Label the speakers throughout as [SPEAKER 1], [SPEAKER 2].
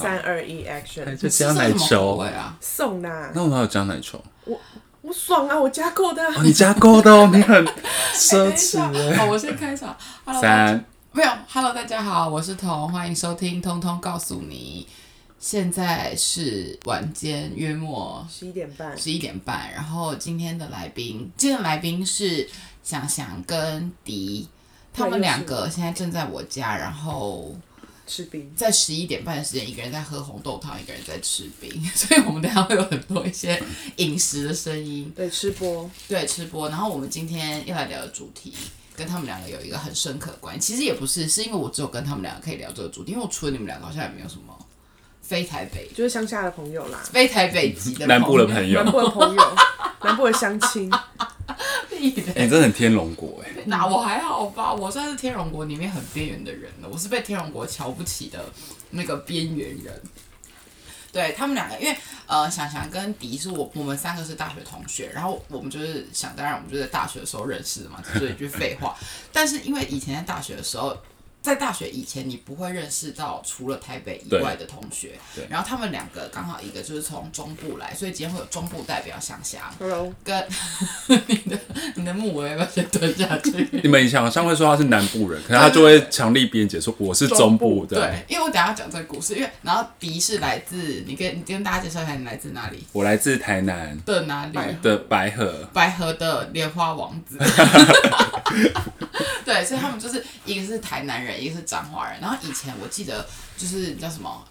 [SPEAKER 1] 三二一，action！
[SPEAKER 2] 就
[SPEAKER 3] 吃
[SPEAKER 2] 加奶
[SPEAKER 3] 什么口
[SPEAKER 2] 球
[SPEAKER 3] 味。啊？
[SPEAKER 1] 送啦！
[SPEAKER 2] 那我哪有加奶球？
[SPEAKER 1] 我爽啊，我加购的啊、
[SPEAKER 2] 哦，你加够的哦，你很 奢
[SPEAKER 3] 等一
[SPEAKER 2] 侈
[SPEAKER 3] 下
[SPEAKER 2] 哎。
[SPEAKER 3] 好，我先开场。Hello，大家
[SPEAKER 2] 三，
[SPEAKER 3] 没有，Hello，大家好，我是彤，欢迎收听《通通告诉你》。现在是晚间约莫
[SPEAKER 1] 十一点半，
[SPEAKER 3] 十一点半，然后今天的来宾，今天的来宾是想想跟迪，他
[SPEAKER 1] 对又
[SPEAKER 3] 们
[SPEAKER 1] 是
[SPEAKER 3] 两个现在正在我家，然后
[SPEAKER 1] 吃冰。
[SPEAKER 3] 在十一点半的时间，一个人在喝红豆汤，一个人在吃冰，所以我们等一下会有很多一些饮食的声音。
[SPEAKER 1] 对，吃播
[SPEAKER 3] 对吃播，然后我们今天要来聊的主题跟他们两个有一个很深刻的关系。其实也不是，是因为我只有跟他们两个可以聊这个主题，因为我除了你们两个好像也没有什么非台北
[SPEAKER 1] 就是乡下的朋友啦，
[SPEAKER 3] 非台北籍的
[SPEAKER 2] 南部的
[SPEAKER 3] 朋
[SPEAKER 2] 朋友
[SPEAKER 1] 南，部的朋友， 南部的相亲，
[SPEAKER 3] 友。
[SPEAKER 2] 哎，真的很天龙国哎。
[SPEAKER 3] 那我还好吧，我算是天龙国里面很边缘的人了，我是被天龙国瞧不起的那个边缘人。对他们两个，因为呃，想想跟迪是我我们三个是大学同学，然后我们就是想当然我们就在大学的时候认识的嘛，这就是一句废话。但是因为以前在大学的时候，在大学以前你不会认识到除了台北以外的同学
[SPEAKER 2] 对对，
[SPEAKER 3] 然后他们两个刚好一个就是从中部来，所以今天会有中部代表想想
[SPEAKER 1] Hello，
[SPEAKER 3] 跟 你的你的木尾要不要先蹲下去？
[SPEAKER 2] 你们以前好像会说他是南部人，可是他就会强力辩解说我是中部的。
[SPEAKER 3] 对，因为我等一下要讲这个故事，因为然后迪是来自你跟你跟大家介绍一下你来自哪里
[SPEAKER 2] 我来自台南
[SPEAKER 3] 的哪里
[SPEAKER 1] 白
[SPEAKER 2] 的白河，
[SPEAKER 3] 白河的莲花王子。 对，所以他们就是一个是台南人，一个是彰化人。然后以前我记得就是叫什么，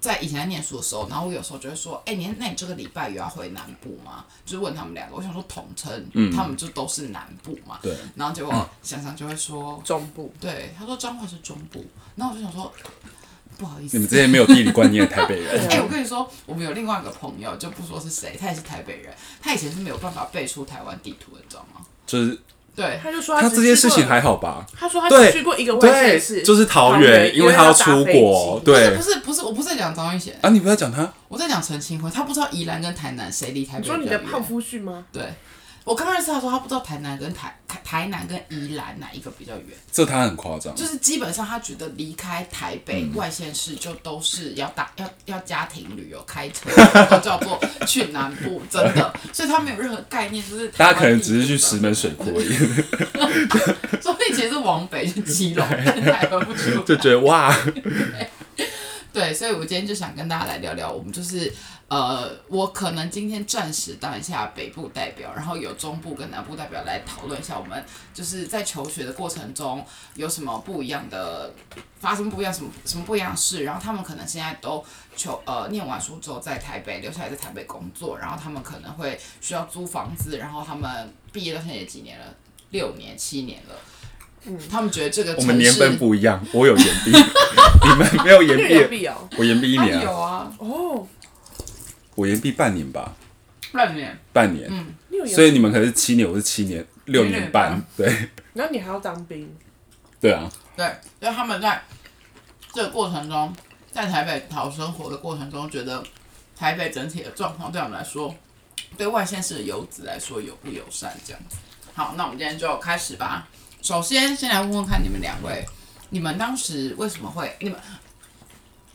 [SPEAKER 3] 在以前在念书的时候，然后我有时候就会说，哎、你那你这个礼拜有要回南部吗？就是问他们两个，我想说统称，他们就都是南部嘛。
[SPEAKER 2] 对。
[SPEAKER 3] 然后结果想想就会说，
[SPEAKER 1] 中部
[SPEAKER 3] 对，他说彰化是中部，然后我就想说，不好意思，
[SPEAKER 2] 你们之前没有地理观念的台北人，
[SPEAKER 3] 哎、我跟你说，我们有另外一个朋友，就不说是谁，他也是台北人，他以前是没有办法背出台湾地图的，你知道吗？
[SPEAKER 2] 就是
[SPEAKER 3] 对，
[SPEAKER 1] 他就说
[SPEAKER 2] 他
[SPEAKER 1] 只
[SPEAKER 2] 这件
[SPEAKER 1] 去过
[SPEAKER 2] 事情还好吧？
[SPEAKER 1] 他说他
[SPEAKER 2] 对
[SPEAKER 1] 只去过一个外县市，
[SPEAKER 2] 对，就是桃园，因为他
[SPEAKER 1] 要
[SPEAKER 2] 要
[SPEAKER 1] 搭
[SPEAKER 2] 出
[SPEAKER 1] 飞机
[SPEAKER 2] 国，，
[SPEAKER 3] 不
[SPEAKER 2] 对
[SPEAKER 3] 是不是，我不是在讲张玉贤，
[SPEAKER 2] 啊，你不要讲他，
[SPEAKER 3] 我在讲陈清辉，他不知道宜兰跟台南谁离台北
[SPEAKER 1] 你
[SPEAKER 3] 比
[SPEAKER 1] 说
[SPEAKER 3] 较
[SPEAKER 1] 你的胖
[SPEAKER 3] 远。
[SPEAKER 1] 夫婿吗？
[SPEAKER 3] 对，我刚认识他的时候，他不知道台南跟台台台南跟宜兰哪一个比较远，
[SPEAKER 2] 这他很夸张，
[SPEAKER 3] 就是基本上他觉得离开台北
[SPEAKER 2] 嗯
[SPEAKER 3] 外县市就都是要大要要家庭旅游开车， 都叫做去南部，真的，所以他没有任何概念，就是台
[SPEAKER 2] 大
[SPEAKER 3] 湾
[SPEAKER 2] 家可能只
[SPEAKER 3] 地
[SPEAKER 2] 是
[SPEAKER 3] 图
[SPEAKER 2] 去
[SPEAKER 3] 的
[SPEAKER 2] 石门水库而已，
[SPEAKER 3] 说不定其实是往北去基隆，还分不出。
[SPEAKER 2] 就觉得哇，
[SPEAKER 3] 对，所以我今天就想跟大家来聊聊，我们就是呃，我可能今天暂时当一下北部代表，然后有中部跟南部代表来讨论一下，我们就是在求学的过程中有什么不一样的，发生不一样什么什么不一样的事，然后他们可能现在都求呃念完书之后在台北留下来在台北工作，然后他们可能会需要租房子，然后他们毕业到现在也几年了，六年七年了。嗯，他们觉得这个
[SPEAKER 2] 我
[SPEAKER 3] 城
[SPEAKER 2] 们年
[SPEAKER 3] 市
[SPEAKER 2] 份不一样，我有延 毕，你们没有延
[SPEAKER 1] 那个
[SPEAKER 2] 毕，
[SPEAKER 1] 必哦，
[SPEAKER 2] 我延毕一
[SPEAKER 3] 他
[SPEAKER 2] 年
[SPEAKER 3] 有
[SPEAKER 2] 啊，
[SPEAKER 3] 啊，
[SPEAKER 1] 哦，
[SPEAKER 2] 我延毕半年吧，
[SPEAKER 3] 乱年
[SPEAKER 2] 半年，
[SPEAKER 1] 你有研，
[SPEAKER 2] 所以你们可能是七年，我是七年，六
[SPEAKER 3] 年
[SPEAKER 2] 年半，对
[SPEAKER 1] 然后你还要当兵，
[SPEAKER 2] 对啊，
[SPEAKER 3] 对，所以他们在这个过程中，在台北讨生活的过程中，觉得台北整体的状况对我们来说，对外县市的游子来说友不友善这样子。好，那我们今天就开始吧。首先，先来问问看你们两位，你们当时为什么会？你们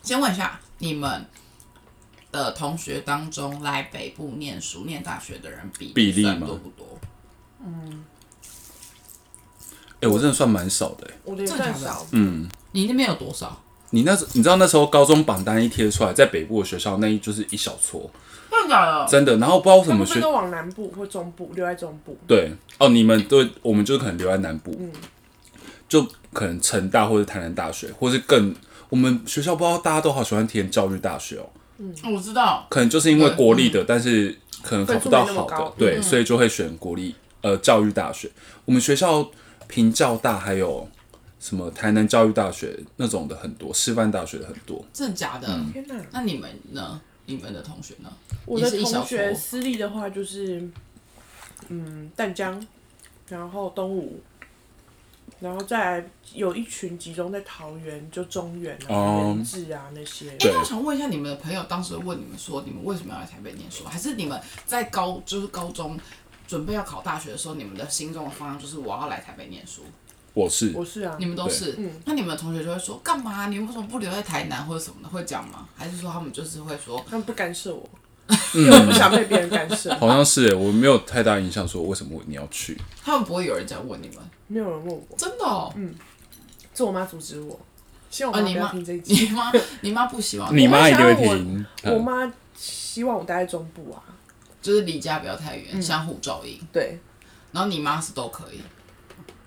[SPEAKER 3] 先问一下你们。的同学当中来北部念书、念大学的人比
[SPEAKER 2] 比例
[SPEAKER 3] 算
[SPEAKER 2] 吗
[SPEAKER 3] 多不多？
[SPEAKER 2] 哎，我真的算蛮少的，欸
[SPEAKER 1] 我的也
[SPEAKER 3] 正常
[SPEAKER 1] 算
[SPEAKER 3] 的
[SPEAKER 1] 少，
[SPEAKER 2] 嗯
[SPEAKER 3] 你那边有多少？
[SPEAKER 2] 你那时你知道那时候高中榜单一贴出来，在北部的学校那一就是一小撮，
[SPEAKER 3] 真的假的？
[SPEAKER 2] 真的，然哦后不知道为什
[SPEAKER 1] 他
[SPEAKER 2] 么
[SPEAKER 1] 们分
[SPEAKER 2] 学
[SPEAKER 1] 都往南部或中部，留在中部，
[SPEAKER 2] 对哦，你们对我们就可能留在南部，就可能成大或者台南大学，或是更我们学校不知道大家都好喜欢填教育大学哦，
[SPEAKER 3] 我知道，
[SPEAKER 2] 可能就是因为国立的，但是可能考不到好
[SPEAKER 1] 嗯分数没那么
[SPEAKER 2] 的
[SPEAKER 1] 高，嗯
[SPEAKER 2] 对，所以就会选国立呃教育大学。我们学校平教大还有什么台南教育大学那种的很多，师范大学的很多，
[SPEAKER 3] 真的假的？
[SPEAKER 2] 嗯
[SPEAKER 1] 天哪！
[SPEAKER 3] 那你们呢？你们的同学呢？
[SPEAKER 1] 我
[SPEAKER 3] 也
[SPEAKER 1] 的
[SPEAKER 3] 是一小
[SPEAKER 1] 同学
[SPEAKER 3] 撮
[SPEAKER 1] 私立的话就是，嗯，淡江，然后东吴，然后再来有一群集中在桃园，就中原啊、
[SPEAKER 2] 哦
[SPEAKER 1] 原治啊那些。
[SPEAKER 3] 哎、
[SPEAKER 2] 对
[SPEAKER 3] 那我想问一下，你们的朋友当时问你们说，你们为什么要来台北念书？还是你们在高就是高中准备要考大学的时候，你们的心中的方向就是我要来台北念书？
[SPEAKER 2] 我是
[SPEAKER 1] 我是啊
[SPEAKER 3] 你，们都
[SPEAKER 2] 对
[SPEAKER 3] 是，
[SPEAKER 1] 嗯
[SPEAKER 3] 那你们同学就会说干嘛？你为什么不留在台南或者什么的？会讲吗？还是说他们就是会说
[SPEAKER 1] 他们不干涉我，因为我不想被别人干涉。
[SPEAKER 2] 嗯好像是耶，我没有太大印象说为什么你要去，
[SPEAKER 3] 他们不会有人这样问你们？
[SPEAKER 1] 没有人问我，
[SPEAKER 3] 真的、哦？
[SPEAKER 1] 是我妈阻止我，希望我
[SPEAKER 3] 啊
[SPEAKER 1] 妈嗯
[SPEAKER 3] 你
[SPEAKER 1] 不要
[SPEAKER 3] 妈
[SPEAKER 1] 听这一集。
[SPEAKER 3] 你妈你妈不 希望
[SPEAKER 2] 你妈一定会
[SPEAKER 1] 我
[SPEAKER 2] 听。嗯
[SPEAKER 1] 我妈希望我待在中部啊，
[SPEAKER 3] 就是离家不要太
[SPEAKER 1] 嗯
[SPEAKER 3] 远，相互照应。
[SPEAKER 1] 对，
[SPEAKER 3] 然后你妈是都可以，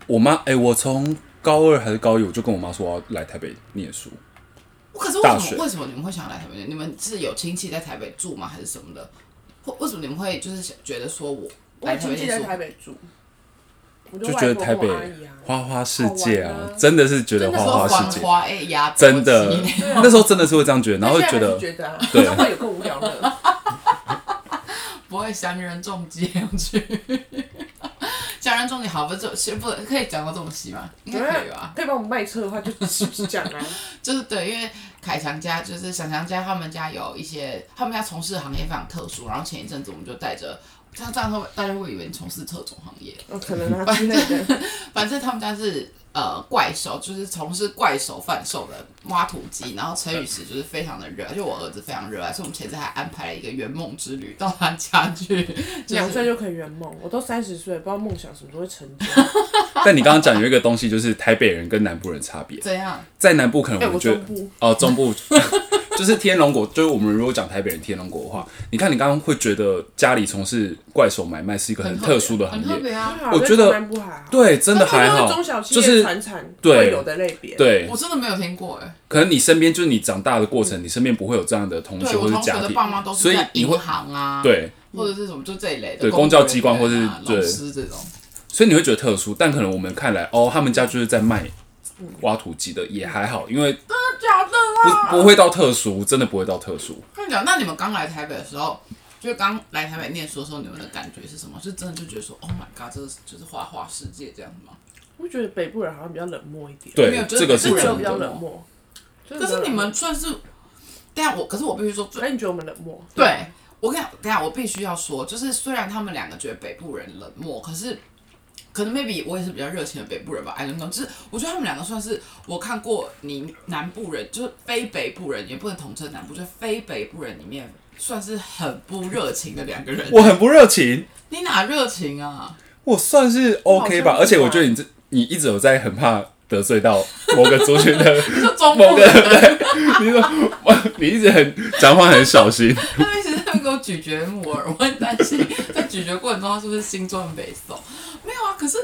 [SPEAKER 2] 我妈哎、我从高二还是高一，我就跟我妈说我要来台北念书。
[SPEAKER 3] 可是为什
[SPEAKER 2] 大学
[SPEAKER 3] 么为什么你们会想来台北？你们是有亲戚在台北住吗？还是什么的？或为什么你们会就是想觉得说我
[SPEAKER 1] 我
[SPEAKER 3] 来
[SPEAKER 1] 有
[SPEAKER 3] 台
[SPEAKER 1] 亲
[SPEAKER 3] 北
[SPEAKER 1] 戚
[SPEAKER 3] 念
[SPEAKER 1] 在
[SPEAKER 3] 书？
[SPEAKER 1] 台北住，我就
[SPEAKER 2] 就觉得
[SPEAKER 1] 外婆
[SPEAKER 2] 台北
[SPEAKER 1] 跟我阿姨啊
[SPEAKER 2] 花花世界
[SPEAKER 1] 好
[SPEAKER 2] 啊
[SPEAKER 1] 玩，啊
[SPEAKER 2] 真的是觉得
[SPEAKER 3] 那时
[SPEAKER 2] 花
[SPEAKER 3] 候
[SPEAKER 2] 花
[SPEAKER 3] 黄
[SPEAKER 2] 世界，
[SPEAKER 3] 花哎呀，
[SPEAKER 2] 哦真的
[SPEAKER 3] 多吉，
[SPEAKER 2] 那时候真的是会这样觉得，然后
[SPEAKER 1] 但
[SPEAKER 2] 会
[SPEAKER 1] 现在
[SPEAKER 2] 觉
[SPEAKER 1] 还是
[SPEAKER 2] 得
[SPEAKER 1] 觉得啊，
[SPEAKER 2] 对
[SPEAKER 1] 那会有更无聊的。
[SPEAKER 3] 不会降人中计去。 降人中计好不就其实不可以讲到这么细吗？应该可以吧？
[SPEAKER 1] 可以帮我们卖车的话，就是不是讲 啊？
[SPEAKER 3] 就是对，因为凯强家就是小强家，他们家有一些，他们家从事行业非常特殊。然后前一阵子我们就带着，他这样会大家会以为你从事特种行业，
[SPEAKER 1] 哦，可能啊之类 的。
[SPEAKER 3] 反正他们家是呃怪手，就是从事怪手贩售的挖土机。然后陈雨石就是非常的热爱，就我儿子非常热爱，所以我们前阵还安排了一个圆梦之旅到他 家去，就
[SPEAKER 1] 两
[SPEAKER 3] 是
[SPEAKER 1] 岁就可以圆梦，我都三十岁，不知道梦想什么时候会成真。啊
[SPEAKER 2] 但你刚刚讲有一个东西，就是台北人跟南部人差别，
[SPEAKER 3] 怎样？
[SPEAKER 2] 在南部可
[SPEAKER 1] 哎，
[SPEAKER 2] 能
[SPEAKER 1] 我
[SPEAKER 2] 我觉得
[SPEAKER 1] 中部
[SPEAKER 2] 哦、中部 就是天龙果，就是我们如果讲台北人天龙果的话，你看你刚刚会觉得家里从事怪手买卖是一个很
[SPEAKER 3] 特
[SPEAKER 2] 特
[SPEAKER 3] 别
[SPEAKER 2] 殊的
[SPEAKER 3] 很
[SPEAKER 2] 行
[SPEAKER 3] 特
[SPEAKER 2] 业，
[SPEAKER 3] 别啊！
[SPEAKER 1] 还好
[SPEAKER 2] 我觉得
[SPEAKER 1] 在中南部还好，
[SPEAKER 2] 对，真的
[SPEAKER 1] 但
[SPEAKER 2] 还
[SPEAKER 1] 是都
[SPEAKER 2] 好
[SPEAKER 1] 是中小，企
[SPEAKER 2] 就
[SPEAKER 1] 业
[SPEAKER 2] 是
[SPEAKER 1] 传产
[SPEAKER 2] 对
[SPEAKER 1] 会有的类别。，
[SPEAKER 2] 对
[SPEAKER 3] 我，真的没有听过哎、
[SPEAKER 2] 可能你身边就是你长大的过程，你身边不会有这样的同学
[SPEAKER 3] 对
[SPEAKER 2] 或
[SPEAKER 3] 我
[SPEAKER 2] 者
[SPEAKER 3] 同学
[SPEAKER 2] 家
[SPEAKER 3] 的
[SPEAKER 2] 庭
[SPEAKER 3] 爸妈都，是
[SPEAKER 2] 所以
[SPEAKER 3] 在
[SPEAKER 2] 你
[SPEAKER 3] 银
[SPEAKER 2] 会
[SPEAKER 3] 行啊，
[SPEAKER 2] 对，
[SPEAKER 3] 或者是什么就这一类的，
[SPEAKER 2] 对
[SPEAKER 3] 公务
[SPEAKER 2] 公教机关
[SPEAKER 3] 人员
[SPEAKER 2] 或
[SPEAKER 3] 啊
[SPEAKER 2] 是对
[SPEAKER 3] 老师这种，
[SPEAKER 2] 所以你会觉得特殊，但可能我们看来，哦，他们家就是在卖挖土机的，也还好，因为不
[SPEAKER 3] 假的啊
[SPEAKER 2] 不会到特殊，真的不会到特殊。
[SPEAKER 3] 跟你讲，那你们刚来台北的时候，就是刚来台北念书的时候，你们的感觉是什么？是真的就觉得说，Oh my god，这个是就是花花世界这样子吗？
[SPEAKER 1] 我觉得北部人好像比较冷漠一点，
[SPEAKER 3] 没有
[SPEAKER 2] 对，
[SPEAKER 3] 就是
[SPEAKER 2] 这个是
[SPEAKER 1] 真
[SPEAKER 3] 不
[SPEAKER 1] 的
[SPEAKER 3] 然
[SPEAKER 1] 有
[SPEAKER 2] 真
[SPEAKER 1] 比较
[SPEAKER 2] 的。
[SPEAKER 1] 冷漠。真的
[SPEAKER 3] 可
[SPEAKER 1] 比较
[SPEAKER 3] 是
[SPEAKER 1] 冷
[SPEAKER 3] 你
[SPEAKER 1] 漠
[SPEAKER 3] 们算是，但我可是我必须说最，
[SPEAKER 1] 那你觉得我们冷漠？
[SPEAKER 3] 哎对我跟你讲，等一下我必须要说，就是虽然他们两个觉得北部人冷漠，可是。可能 maybe 我也是比较热情的北部人吧，I don't know。就是我觉得他们两个算是我看过你南部人，就是非北部人，也不能统称南部，就是非北部人里面算是很不热情的两个人。
[SPEAKER 2] 我很不热情，
[SPEAKER 3] 你哪热情啊？
[SPEAKER 2] 我算是 OK 吧，
[SPEAKER 1] 好像是吧
[SPEAKER 2] 而且我觉得你这你一直有在很怕得罪 到某个族群的，
[SPEAKER 3] 就中部
[SPEAKER 2] 某个
[SPEAKER 3] 人，
[SPEAKER 2] 你说哇你一直很讲话很小心，
[SPEAKER 3] 他们一直在给我咀嚼木耳，我很担心在咀嚼过程中他是不是心中北送？没有啊，可是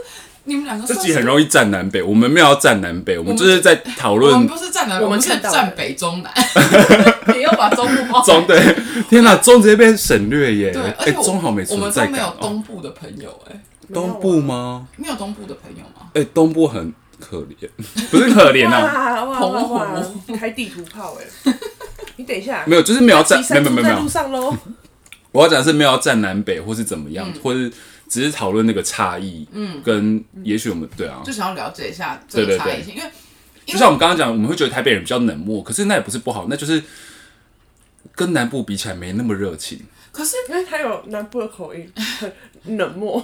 [SPEAKER 3] 你们两个
[SPEAKER 2] 这
[SPEAKER 3] 算
[SPEAKER 2] 集很
[SPEAKER 3] 易。
[SPEAKER 2] 容易站南北，我们没有要站南北，我们就是在讨
[SPEAKER 3] 我们
[SPEAKER 2] 论
[SPEAKER 3] 不是站南，
[SPEAKER 1] 我
[SPEAKER 3] 我
[SPEAKER 1] 们
[SPEAKER 3] 们是
[SPEAKER 1] 看到
[SPEAKER 3] 站北中南。 你要把中部包含
[SPEAKER 2] 中对， 天哪，中直接被省略耶，
[SPEAKER 3] 对，而
[SPEAKER 2] 哎，
[SPEAKER 3] 且我
[SPEAKER 2] 中好没
[SPEAKER 3] 我
[SPEAKER 2] 存
[SPEAKER 3] 们都
[SPEAKER 2] 在
[SPEAKER 3] 没
[SPEAKER 2] 感
[SPEAKER 3] 有
[SPEAKER 2] 哦，
[SPEAKER 3] 东部的朋友哎、
[SPEAKER 1] 没有啊
[SPEAKER 2] 东部？吗？
[SPEAKER 3] 没有东部的朋友吗？
[SPEAKER 2] 哎、东部很可怜，不是可怜 啊，
[SPEAKER 1] 哇哇哇哇
[SPEAKER 3] 澎！
[SPEAKER 1] 开地图炮 哎、你等一下，
[SPEAKER 2] 没有，就是没有要站
[SPEAKER 1] 骑，
[SPEAKER 2] 没
[SPEAKER 1] 山
[SPEAKER 2] 有没有
[SPEAKER 1] 猪
[SPEAKER 2] 没
[SPEAKER 1] 在路
[SPEAKER 2] 有没有，
[SPEAKER 1] 上喽。
[SPEAKER 2] 我要讲的是没有要站南北或是怎么样，或是只是讨论那个差异，嗯，跟也许我们对啊，
[SPEAKER 3] 就想要了解一下这个
[SPEAKER 2] 对对
[SPEAKER 3] 差
[SPEAKER 2] 对
[SPEAKER 3] 异性，因为
[SPEAKER 2] 就像我们刚刚讲，我们会觉得台北人比较冷漠，可是那也不是不好，那就是跟南部比起来没那么热情，
[SPEAKER 3] 可是
[SPEAKER 1] 因为他有南部的口音，很冷 漠。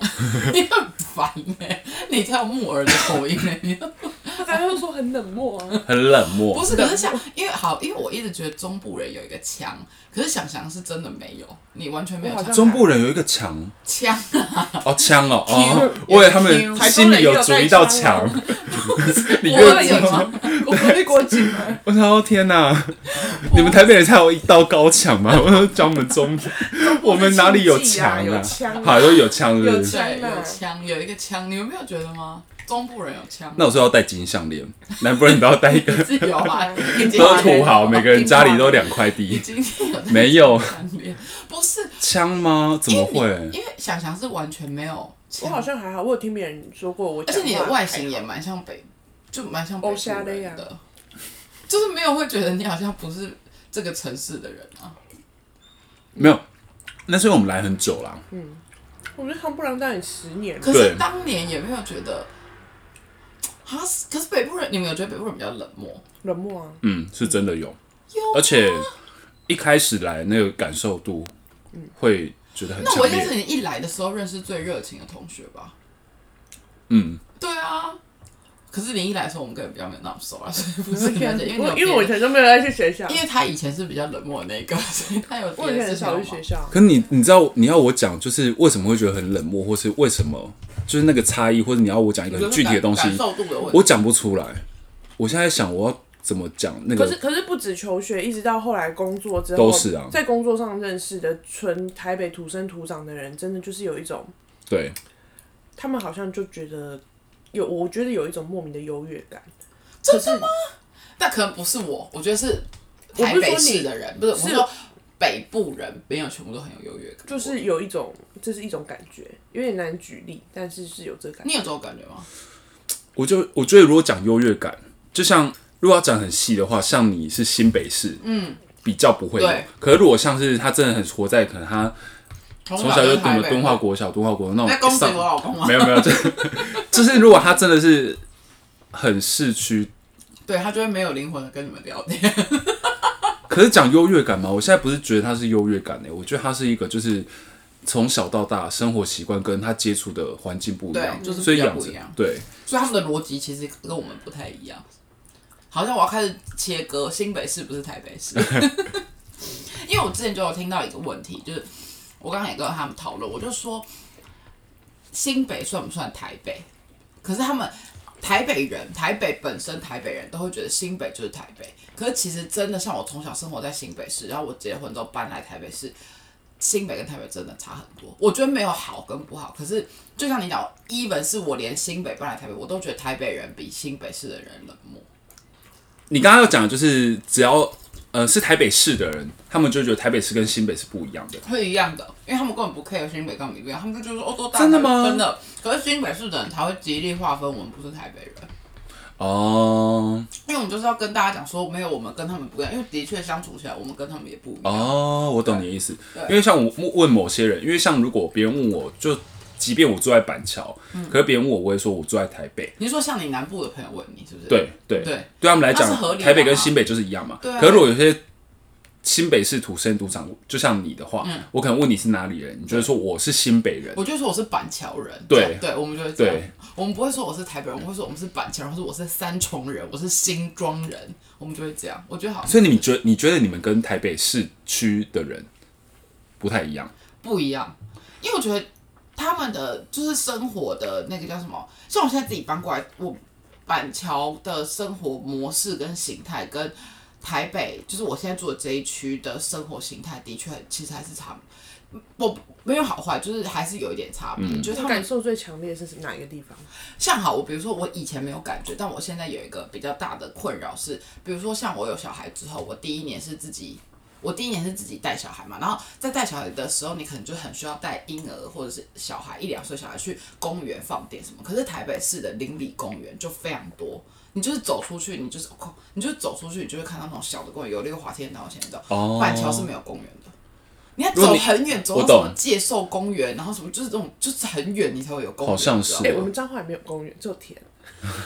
[SPEAKER 3] 你很烦哎、你才有木耳的口音哎、 你
[SPEAKER 1] 他刚刚又说很冷漠啊，
[SPEAKER 2] 很冷漠
[SPEAKER 3] 不，是，可是像因为好，因为我一直觉得中部人有一个腔，可是想想是真的没有，你完全没有
[SPEAKER 1] 我好像
[SPEAKER 3] 腔
[SPEAKER 2] 中部人有一个墙
[SPEAKER 3] 腔，
[SPEAKER 2] 哦，墙哦哦，
[SPEAKER 1] 有
[SPEAKER 2] 我以为他们心里有筑一道墙， 你
[SPEAKER 3] 我
[SPEAKER 2] 越
[SPEAKER 3] 会有吗？
[SPEAKER 1] 我回国籍嘛，
[SPEAKER 2] 我想说天哪，你们台北人才有一道高墙吗？我说讲我们中， 我们哪里有墙
[SPEAKER 1] 有
[SPEAKER 2] 啊？
[SPEAKER 1] 枪啊
[SPEAKER 2] 好，都有墙是不
[SPEAKER 1] 有
[SPEAKER 2] 是
[SPEAKER 1] 墙
[SPEAKER 3] 对，
[SPEAKER 1] 腔啊
[SPEAKER 3] 有腔，有一个腔，你们没有觉得吗？中部人有腔，
[SPEAKER 2] 那我说要戴金项链， 南部人都要戴一 个，
[SPEAKER 3] 自由啊，已经
[SPEAKER 2] 都是土豪，每个人家里都两块
[SPEAKER 3] 已
[SPEAKER 2] 地。
[SPEAKER 3] 经有在
[SPEAKER 2] 没有
[SPEAKER 3] 讲里面不是
[SPEAKER 2] 枪吗？怎么会？
[SPEAKER 3] 因为想想是完全没有
[SPEAKER 1] 我
[SPEAKER 3] 腔，
[SPEAKER 1] 好像还好，我有听别人说过我
[SPEAKER 3] 而
[SPEAKER 1] 讲话。
[SPEAKER 3] 且你的外形也蛮像北，就蛮像北
[SPEAKER 1] 欧夏
[SPEAKER 3] 部
[SPEAKER 1] 的呀
[SPEAKER 3] 人的，就是没有会觉得你好像不是这个城市的人啊。
[SPEAKER 2] 没有，那是因为我们来很久啦。
[SPEAKER 1] 我觉得他们不让当你十年，
[SPEAKER 3] 可
[SPEAKER 2] 对
[SPEAKER 3] 是当年也没有觉得，啊，可是北部人，你们有觉得北部人比较冷漠？
[SPEAKER 1] 冷漠啊，
[SPEAKER 2] 嗯，是真的有，
[SPEAKER 3] 有
[SPEAKER 2] 而且一开始来那个感受度会觉得很
[SPEAKER 3] 嗯那我
[SPEAKER 2] 强
[SPEAKER 3] 应该是
[SPEAKER 2] 烈。
[SPEAKER 3] 你一来的时候认识最热情的同学吧？
[SPEAKER 2] 嗯，
[SPEAKER 3] 对啊，可是林一来说，我们根本比较没有那么熟 啊，所以不
[SPEAKER 1] 不
[SPEAKER 3] 是
[SPEAKER 1] 是
[SPEAKER 3] 很
[SPEAKER 1] 这
[SPEAKER 3] 了
[SPEAKER 1] 样，
[SPEAKER 3] 解，因
[SPEAKER 1] 我
[SPEAKER 3] 为你
[SPEAKER 1] 因为
[SPEAKER 3] 有
[SPEAKER 1] 我以
[SPEAKER 3] 别
[SPEAKER 1] 前
[SPEAKER 3] 的
[SPEAKER 1] 都没有在去学校，
[SPEAKER 3] 因为他以前是比较冷漠的那个， 所以他有
[SPEAKER 1] 我
[SPEAKER 3] 别
[SPEAKER 1] 以前
[SPEAKER 3] 的事
[SPEAKER 1] 很
[SPEAKER 3] 情要
[SPEAKER 1] 少
[SPEAKER 3] 忙
[SPEAKER 1] 去学校。
[SPEAKER 2] 可你你知道你要我讲，就是为什么会觉得很冷漠，或是为什么就是那个差异，或者你要我讲一个
[SPEAKER 3] 你说
[SPEAKER 2] 很
[SPEAKER 3] 是
[SPEAKER 2] 具体的
[SPEAKER 3] 感
[SPEAKER 2] 东西
[SPEAKER 3] 感，受度的问题。
[SPEAKER 2] 我讲不出来。我现在想我要怎么讲那
[SPEAKER 1] 可是
[SPEAKER 2] 个，
[SPEAKER 1] 可是不止求学，一直到后来工作之后，
[SPEAKER 2] 都是啊
[SPEAKER 1] 在工作上认识的纯台北土生土长的人，真的就是有一种，
[SPEAKER 2] 对，
[SPEAKER 1] 他们好像就觉得有，我觉得有一种莫名的优越感。
[SPEAKER 3] 真的吗？但可能不是我，我觉得是台北市的人，不是我
[SPEAKER 1] 是
[SPEAKER 3] 说北部人没有全部都很有优越感，
[SPEAKER 1] 就是有一种，这是一种感觉，有点难举例，但是是有这个感
[SPEAKER 3] 你
[SPEAKER 1] 觉。
[SPEAKER 3] 有这种感觉吗？
[SPEAKER 2] 我就我觉得如果讲优越感，就像如果要讲很细的话，像你是新北市，嗯，比较不会有
[SPEAKER 3] 对。
[SPEAKER 2] 可是如果像是他真的很活在可能他
[SPEAKER 3] 从
[SPEAKER 2] 从小就
[SPEAKER 3] 台
[SPEAKER 2] 读
[SPEAKER 3] 北
[SPEAKER 2] 了敦化，国小、敦化国那
[SPEAKER 3] 在
[SPEAKER 2] 种
[SPEAKER 3] 恭喜
[SPEAKER 2] 上
[SPEAKER 3] 我老公哦 啊吗？
[SPEAKER 2] 没有没有，就就是如果他真的是很市区，
[SPEAKER 3] 对他就会没有灵魂的跟你们聊天。
[SPEAKER 2] 可是讲优越感嘛，我现在不是觉得他是优越感欸呢、我觉得他是一个就是从小到大生活习惯跟他接触的环境不一样，
[SPEAKER 3] 对就是
[SPEAKER 2] 所以
[SPEAKER 3] 比较
[SPEAKER 2] 养
[SPEAKER 3] 不
[SPEAKER 2] 成
[SPEAKER 3] 一样
[SPEAKER 2] 对
[SPEAKER 3] 所以他们的逻辑其实跟我们不太一样。好像我要开始切割新北市，不是台北市， 因为我之前就有听到一个问题，就是我刚刚也跟他们讨论，我就说新北算不算台北？可是他们台北人，台北本身台北人都会觉得新北就是台北，可是其实真的像我从小生活在新北市，然后我结婚之后搬来台北市，新北跟台北真的差很多。我觉得没有好跟不好，可是就像你讲，even 是我连新北搬来台北，我都觉得台北人比新北市的人冷漠。
[SPEAKER 2] 你刚刚要讲的就是只要呃是台北市的人，他们就觉得台北市跟新北是不一样的。
[SPEAKER 3] 会一样的，因为他们根本不 care 新北跟我们一样，他们就觉得说哦都大
[SPEAKER 2] 真的
[SPEAKER 3] 台北
[SPEAKER 2] 吗
[SPEAKER 3] 真的。可是新北市的人才会极力划分我们不是台北人，
[SPEAKER 2] 哦
[SPEAKER 3] 因为我们就是要跟大家讲说没有我们跟他们不一样，因为的确相处起来我们跟他们也不一样。
[SPEAKER 2] 哦，我懂你的意思
[SPEAKER 3] 对。
[SPEAKER 2] 因为像我问某些人，因为像如果别人问我，就即便我住在板桥，可是别人问我，我会说我住在台北。
[SPEAKER 3] 你是说像你南部的朋友问你是不是？
[SPEAKER 2] 对对
[SPEAKER 3] 对
[SPEAKER 2] 对他们来讲
[SPEAKER 3] 那是合理，的啊
[SPEAKER 2] 台北跟新北就是一样嘛。
[SPEAKER 3] 对啊
[SPEAKER 2] 可是如果有些新北市土生土长，就像你的话，我可能问你是哪里人，你就会说嗯我是新北人。
[SPEAKER 3] 我就说我是板桥人，
[SPEAKER 2] 对
[SPEAKER 3] 这样对，我们就会这样
[SPEAKER 2] 对，
[SPEAKER 3] 我们不会说我是台北人，我们会说我们是板桥人，或者我是三重人，我是新庄人，我们就会这样。我觉得好像
[SPEAKER 2] 所以你们觉你觉得你们跟台北市区的人不太一样？
[SPEAKER 3] 不一样，因为我觉得他们的就是生活的那个叫什么，像我现在自己搬过来，我板桥的生活模式跟形态跟。台北就是我现在住的这一区的生活形态，的确其实还是差，我没有好坏，就是还是有一点差别。就是他们
[SPEAKER 1] 感受最强烈是哪一个地方？
[SPEAKER 3] 像好，我比如说我以前没有感觉，但我现在有一个比较大的困扰是，比如说像我有小孩之后，我第一年是自己，我第一年是自己带小孩嘛，然后在带小孩的时候，你可能就很需要带婴儿或者是小孩一两岁小孩去公园放电什么，可是台北市的邻里公园就非常多。你就是走出去，你就是哦你就是走出去，你就会看到那种小的公园，有那个滑天道，现在
[SPEAKER 2] 哦
[SPEAKER 3] 板桥是没有公园的，你要
[SPEAKER 2] 如果
[SPEAKER 3] 走
[SPEAKER 2] 你
[SPEAKER 3] 很远，走
[SPEAKER 2] 我
[SPEAKER 3] 到什么
[SPEAKER 2] 懂
[SPEAKER 3] 介寿哦公园，然后什么就是这种，就是很远你才会有公
[SPEAKER 2] 好
[SPEAKER 3] 园。
[SPEAKER 2] 像
[SPEAKER 3] 你知道吗
[SPEAKER 2] 是哦
[SPEAKER 1] 哎、我们彰化也没有公园，只有田，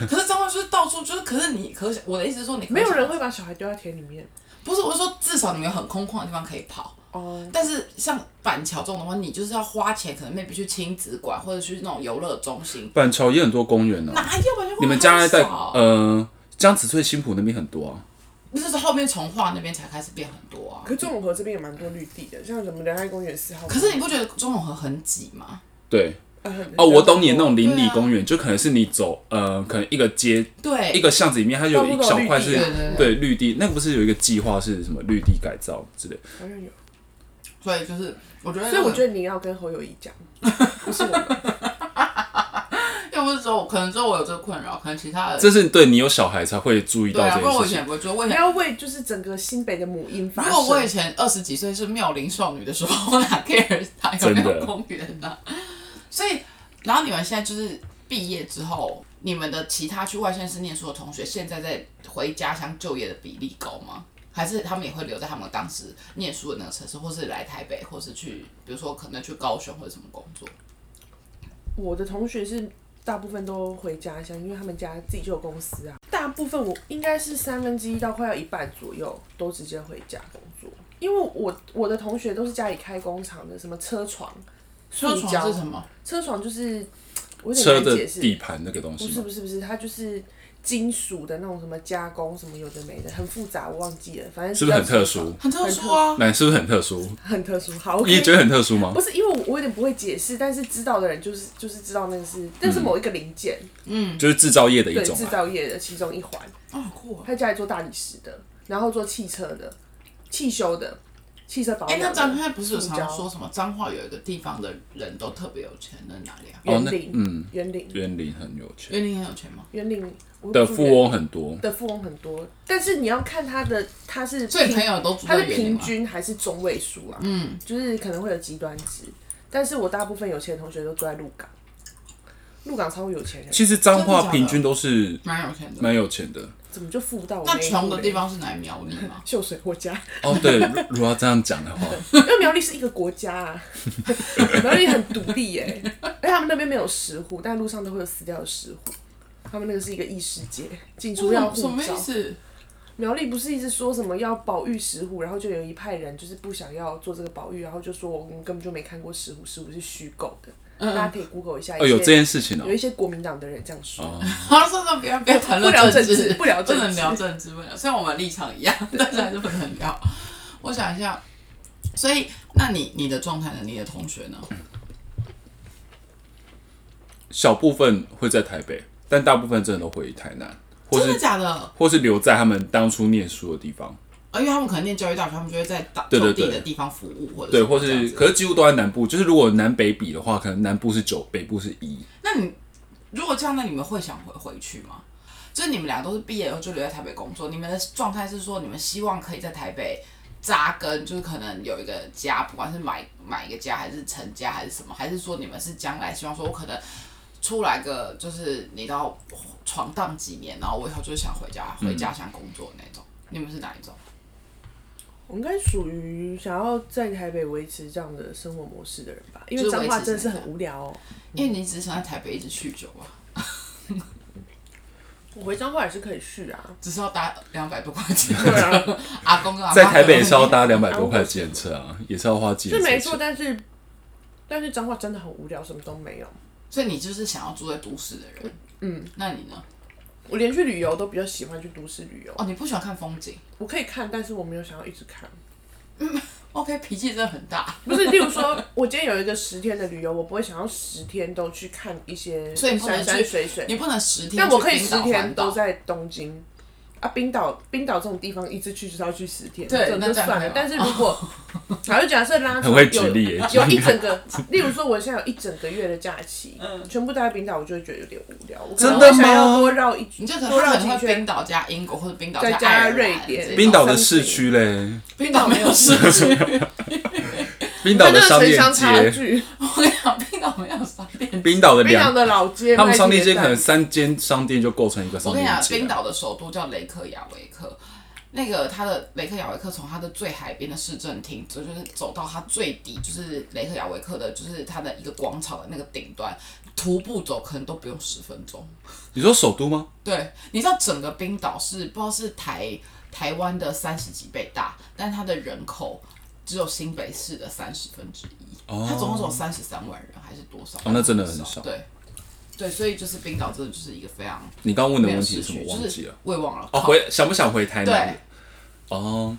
[SPEAKER 3] 可是彰化就是到处就是，可是你可我的意思是说你可
[SPEAKER 1] 没有人会把小孩丢到田里面。
[SPEAKER 3] 不是，我是说至少你们有很空旷的地方可以跑。
[SPEAKER 1] 哦，
[SPEAKER 3] 但是像板桥这种的话，你就是要花钱，可能 maybe 去亲子馆或者去那种游乐中心，
[SPEAKER 2] 板桥也很多公园呢、啊
[SPEAKER 3] 哪有板桥？
[SPEAKER 2] 你们将来在
[SPEAKER 3] 很少
[SPEAKER 2] 呃江子翠新浦那边很多啊。
[SPEAKER 3] 那就是后面从化那边才开始变很多啊。
[SPEAKER 1] 可是中和这边也蛮多绿地的，像什么仁爱公园四号公
[SPEAKER 3] 可
[SPEAKER 1] 园。
[SPEAKER 3] 是你不觉得中永和很挤吗？
[SPEAKER 2] 对
[SPEAKER 1] 呃很
[SPEAKER 2] 哦，我懂你那种邻
[SPEAKER 3] 对
[SPEAKER 2] 里
[SPEAKER 3] 啊哎
[SPEAKER 2] 公园，就可能是你走呃，可能一个街
[SPEAKER 3] 对，
[SPEAKER 2] 一个巷子里面，它有一小块是
[SPEAKER 3] 到处都有绿地啊
[SPEAKER 2] 对绿地，那个不是有一个计划是什么绿地改造之类的？
[SPEAKER 1] 好像有，
[SPEAKER 3] 所以就是我觉得，
[SPEAKER 1] 所以我
[SPEAKER 3] 得
[SPEAKER 1] 觉得你要跟侯友谊讲，不是我们。
[SPEAKER 3] 要不是说我可能说我有这个困扰，可能其他的
[SPEAKER 2] 这是对你有小孩才会注意
[SPEAKER 3] 对
[SPEAKER 2] 到
[SPEAKER 3] 啊，
[SPEAKER 2] 这
[SPEAKER 3] 不然
[SPEAKER 2] 件
[SPEAKER 3] 我
[SPEAKER 2] 事
[SPEAKER 3] 以前
[SPEAKER 2] 情。
[SPEAKER 3] 也不会做，我以
[SPEAKER 1] 不
[SPEAKER 3] 前
[SPEAKER 1] 要为就是整个新北的母婴发
[SPEAKER 3] 如
[SPEAKER 1] 声。
[SPEAKER 3] 果我以前二十几岁是妙龄少女的时候，我哪 care 它有没
[SPEAKER 2] 真
[SPEAKER 3] 有
[SPEAKER 2] 的
[SPEAKER 3] 公园呢、啊所以，然后你们现在就是毕业之后，你们的其他去外县市念书的同学，现在在回家乡就业的比例高吗？还是他们也会留在他们当时念书的那个城市，或是来台北，或是去，比如说可能去高雄或者什么工作？
[SPEAKER 1] 我的同学是大部分都回家乡，因为他们家自己就有公司啊。大部分我应该是三分之一到快要一半左右都直接回家工作，因为我我的同学都是家里开工厂的，什么车床、
[SPEAKER 3] 车
[SPEAKER 1] 塑胶
[SPEAKER 3] 床是什么？
[SPEAKER 1] 车床就是我有点
[SPEAKER 2] 车
[SPEAKER 1] 难
[SPEAKER 2] 的
[SPEAKER 1] 解释，
[SPEAKER 2] 底盘那个东
[SPEAKER 1] 不
[SPEAKER 2] 西
[SPEAKER 1] 是
[SPEAKER 2] 吗
[SPEAKER 1] 不是不是，它就是金属的那种什么加工什么有的没的，很复杂，我忘记了，反正
[SPEAKER 2] 是不是很特
[SPEAKER 1] 比较
[SPEAKER 2] 殊？
[SPEAKER 3] 很特殊啊。
[SPEAKER 2] 那是不是很特殊？
[SPEAKER 1] 很特殊。好，
[SPEAKER 2] 你也
[SPEAKER 1] OK
[SPEAKER 2] 觉得很特殊吗
[SPEAKER 1] 不？是因为我我有点不会解释，但是知道的人就是就是知道那个是，但是某一个零件，
[SPEAKER 2] 就是制造业的嗯一
[SPEAKER 1] 对，
[SPEAKER 2] 种
[SPEAKER 1] 制
[SPEAKER 2] 啊，
[SPEAKER 1] 造业的其中一环。
[SPEAKER 3] 哦，好酷啊！
[SPEAKER 1] 他家里做大理石的，然后做汽车的、汽修的、汽车保
[SPEAKER 3] 哎、
[SPEAKER 1] 养的。
[SPEAKER 3] 那彰化不是有
[SPEAKER 1] 塑胶
[SPEAKER 3] 常说什么彰化有一个地方的人都特别有钱，那是哪里啊？
[SPEAKER 1] 园
[SPEAKER 2] 那
[SPEAKER 1] 林，
[SPEAKER 2] 嗯，
[SPEAKER 1] 园林，
[SPEAKER 2] 园林很有钱
[SPEAKER 3] 园林很有钱吗？
[SPEAKER 1] 园林我
[SPEAKER 2] 的
[SPEAKER 1] 不
[SPEAKER 2] 富
[SPEAKER 1] 住园
[SPEAKER 2] 翁很多，
[SPEAKER 1] 的富翁很多，但是你要看他的，他是
[SPEAKER 3] 所以
[SPEAKER 1] 平
[SPEAKER 3] 朋友都住
[SPEAKER 1] 他
[SPEAKER 3] 在
[SPEAKER 1] 是
[SPEAKER 3] 园林
[SPEAKER 1] 平
[SPEAKER 3] 吗？
[SPEAKER 1] 均还是中位数啊？
[SPEAKER 3] 嗯，
[SPEAKER 1] 就是可能会有极端值。但是我大部分有钱的同学都住在鹿港，鹿港超有钱人，
[SPEAKER 2] 其实彰
[SPEAKER 3] 真的假
[SPEAKER 2] 化
[SPEAKER 3] 的
[SPEAKER 2] 平均都是
[SPEAKER 3] 蛮有钱的。
[SPEAKER 2] 蛮有钱 的。
[SPEAKER 1] 怎么就富不到我
[SPEAKER 3] 那
[SPEAKER 1] 一
[SPEAKER 3] 穷
[SPEAKER 1] 户
[SPEAKER 3] 的
[SPEAKER 1] 嘞？
[SPEAKER 3] 地？方是哪里苗栗吗
[SPEAKER 1] 秀水我家，
[SPEAKER 2] 哦，对，如如果要这样讲 的话，
[SPEAKER 1] 因为苗栗是一个国家啊，苗栗很独立耶、而且他们那边没有石虎，但路上都会有死掉的石虎。他们那个是一个异世界，进出要
[SPEAKER 3] 什
[SPEAKER 1] 护
[SPEAKER 3] 什么
[SPEAKER 1] 照
[SPEAKER 3] 意。思？
[SPEAKER 1] 苗栗不是一直说什么要保育石虎，然后就有一派人就是不想要做这个保育，然后就说我们根本就没看过石虎，石虎是虚构的。大家可以 Google 一下，
[SPEAKER 2] 哦，有这件事情哦
[SPEAKER 1] 有。一些国民党的人这样说。
[SPEAKER 2] 哦，
[SPEAKER 3] 好，算了，不要不要谈论
[SPEAKER 1] 不聊
[SPEAKER 3] 政
[SPEAKER 1] 政治不聊政治
[SPEAKER 3] 能聊政治，不能。虽然我们立场一样，但是还是不能聊。我想一下，所以那你你的状态呢？你的同学呢？
[SPEAKER 2] 小部分会在台北，但大部分真的都回台南，或
[SPEAKER 3] 真的
[SPEAKER 2] 是
[SPEAKER 3] 假的？
[SPEAKER 2] 或是留在他们当初念书的地方。
[SPEAKER 3] 啊，因为他们可能念教育大学，他们就会在当
[SPEAKER 2] 对对
[SPEAKER 3] 就地
[SPEAKER 2] 对
[SPEAKER 3] 的地方服务，或者
[SPEAKER 2] 对，
[SPEAKER 3] 什么
[SPEAKER 2] 或
[SPEAKER 3] 这样
[SPEAKER 2] 是
[SPEAKER 3] 子
[SPEAKER 2] 可是几乎都在南部，就是如果南北比的话，可能南部是九，北部是一。
[SPEAKER 3] 那你如果这样，那你们会想回回去吗？就是你们俩都是毕业以后就留在台北工作，你们的状态是说你们希望可以在台北扎根，就是可能有一个家，不管是买买一个家还是成家还是什么，还是说你们是将来希望说我可能出来个就是你知道闯荡几年，然后我以后就是想回家
[SPEAKER 2] 嗯
[SPEAKER 3] 回家乡工作那种。你们是哪一种？
[SPEAKER 1] 我应该属于想要在台北维持这样的生活模式的人吧，因
[SPEAKER 3] 就
[SPEAKER 1] 为
[SPEAKER 3] 是维
[SPEAKER 1] 彰
[SPEAKER 3] 持
[SPEAKER 1] 化真的是很无聊、哦。
[SPEAKER 3] 因为你只是想在台北一直酗酒啊吧，
[SPEAKER 1] 我回彰化也是可以去啊，
[SPEAKER 3] 只是要搭两百多块 钱。
[SPEAKER 1] 对啊，
[SPEAKER 3] 阿公跟阿妈
[SPEAKER 2] 在台北也是要
[SPEAKER 3] 搭。
[SPEAKER 2] 搭两百多块检测啊，
[SPEAKER 3] 哦
[SPEAKER 2] 也是要花检
[SPEAKER 1] 是
[SPEAKER 2] 测
[SPEAKER 1] 没错，
[SPEAKER 2] 钱。
[SPEAKER 1] 但是但是彰化真的很无聊，什么都没有。
[SPEAKER 3] 所以你就是想要住在都市的人。嗯，那你呢？
[SPEAKER 1] 我连去旅游都比较喜欢去都市旅游，
[SPEAKER 3] 哦，你不喜欢看风景
[SPEAKER 1] 我可以看，但是我没有想要一直看。
[SPEAKER 3] ？OK，脾气真的很 大，
[SPEAKER 1] 不是，例如 说，我今天有一个十天的旅游，我不会想要十天都去看一些
[SPEAKER 3] 所以你不能
[SPEAKER 1] 山山
[SPEAKER 3] 去
[SPEAKER 1] 水水，
[SPEAKER 3] 你不能十天。
[SPEAKER 1] 但我可以十天都。在东京。啊，冰岛，冰岛这种地方一次去就是要去十天，
[SPEAKER 3] 对
[SPEAKER 1] 这种就
[SPEAKER 3] 那这样
[SPEAKER 1] 算
[SPEAKER 3] 可以
[SPEAKER 1] 了
[SPEAKER 3] 吗。
[SPEAKER 1] 但是如果， 好，就假设拉
[SPEAKER 2] 很
[SPEAKER 1] 长
[SPEAKER 2] 会
[SPEAKER 1] 有
[SPEAKER 2] 举例耶
[SPEAKER 1] 有一整个，例如说我现在有一整个月的假期，
[SPEAKER 3] 嗯
[SPEAKER 1] 全部待在冰岛，我就会觉得有点无聊。我可
[SPEAKER 2] 真
[SPEAKER 1] 能
[SPEAKER 2] 的
[SPEAKER 1] 会想要
[SPEAKER 2] 吗
[SPEAKER 1] 多绕一，
[SPEAKER 3] 你就可能
[SPEAKER 1] 多绕
[SPEAKER 3] 可
[SPEAKER 1] 几
[SPEAKER 3] 能会
[SPEAKER 1] 圈
[SPEAKER 3] 冰。岛加英国，或者冰岛
[SPEAKER 1] 再加
[SPEAKER 3] 爱尔兰
[SPEAKER 1] 瑞典
[SPEAKER 3] 这种
[SPEAKER 2] 冰岛的市区嘞，
[SPEAKER 3] 冰岛没有市 区，
[SPEAKER 2] 冰岛
[SPEAKER 1] 那
[SPEAKER 2] 的商
[SPEAKER 1] 城
[SPEAKER 2] 店
[SPEAKER 1] 乡差
[SPEAKER 2] 街，
[SPEAKER 1] 距，
[SPEAKER 3] 我跟你讲，啊冰岛没有商店。
[SPEAKER 2] 冰岛的
[SPEAKER 1] 冰岛
[SPEAKER 2] 两，
[SPEAKER 1] 的老街，
[SPEAKER 2] 他们
[SPEAKER 1] 麦
[SPEAKER 2] 商店街可
[SPEAKER 1] 蛋
[SPEAKER 2] 能三间商店就构成一个
[SPEAKER 3] 我
[SPEAKER 2] 商
[SPEAKER 3] 跟
[SPEAKER 2] 店
[SPEAKER 3] 你讲，
[SPEAKER 2] 街
[SPEAKER 3] 冰
[SPEAKER 2] 啊。
[SPEAKER 3] 岛的首都叫雷克雅维克。那个它的雷克雅维克从它的最海边的市政厅，这就是走到它最底，就是雷克雅维克的，就是它的一个广场的那个顶端，徒步走可能都不用十分钟。
[SPEAKER 2] 你说首都吗？
[SPEAKER 3] 对，你知道整个冰岛是不知道是台台湾的三十几倍大，但它的人口只有新北市的三十分之一，
[SPEAKER 2] 哦
[SPEAKER 3] 它总共只有三十三万人还是多少？
[SPEAKER 2] 哦那真的很少
[SPEAKER 3] 对，对，所以就是冰岛真的就是一个非常
[SPEAKER 2] 你刚刚问的
[SPEAKER 3] 没
[SPEAKER 2] 问
[SPEAKER 3] 有
[SPEAKER 2] 题
[SPEAKER 3] 市
[SPEAKER 2] 是什么
[SPEAKER 3] 区，
[SPEAKER 2] 忘
[SPEAKER 3] 就
[SPEAKER 2] 记
[SPEAKER 3] 是
[SPEAKER 2] 了？
[SPEAKER 3] 我也忘了。
[SPEAKER 2] 哦，
[SPEAKER 3] 靠
[SPEAKER 2] 回想不想回台南
[SPEAKER 3] 对？
[SPEAKER 2] 哦，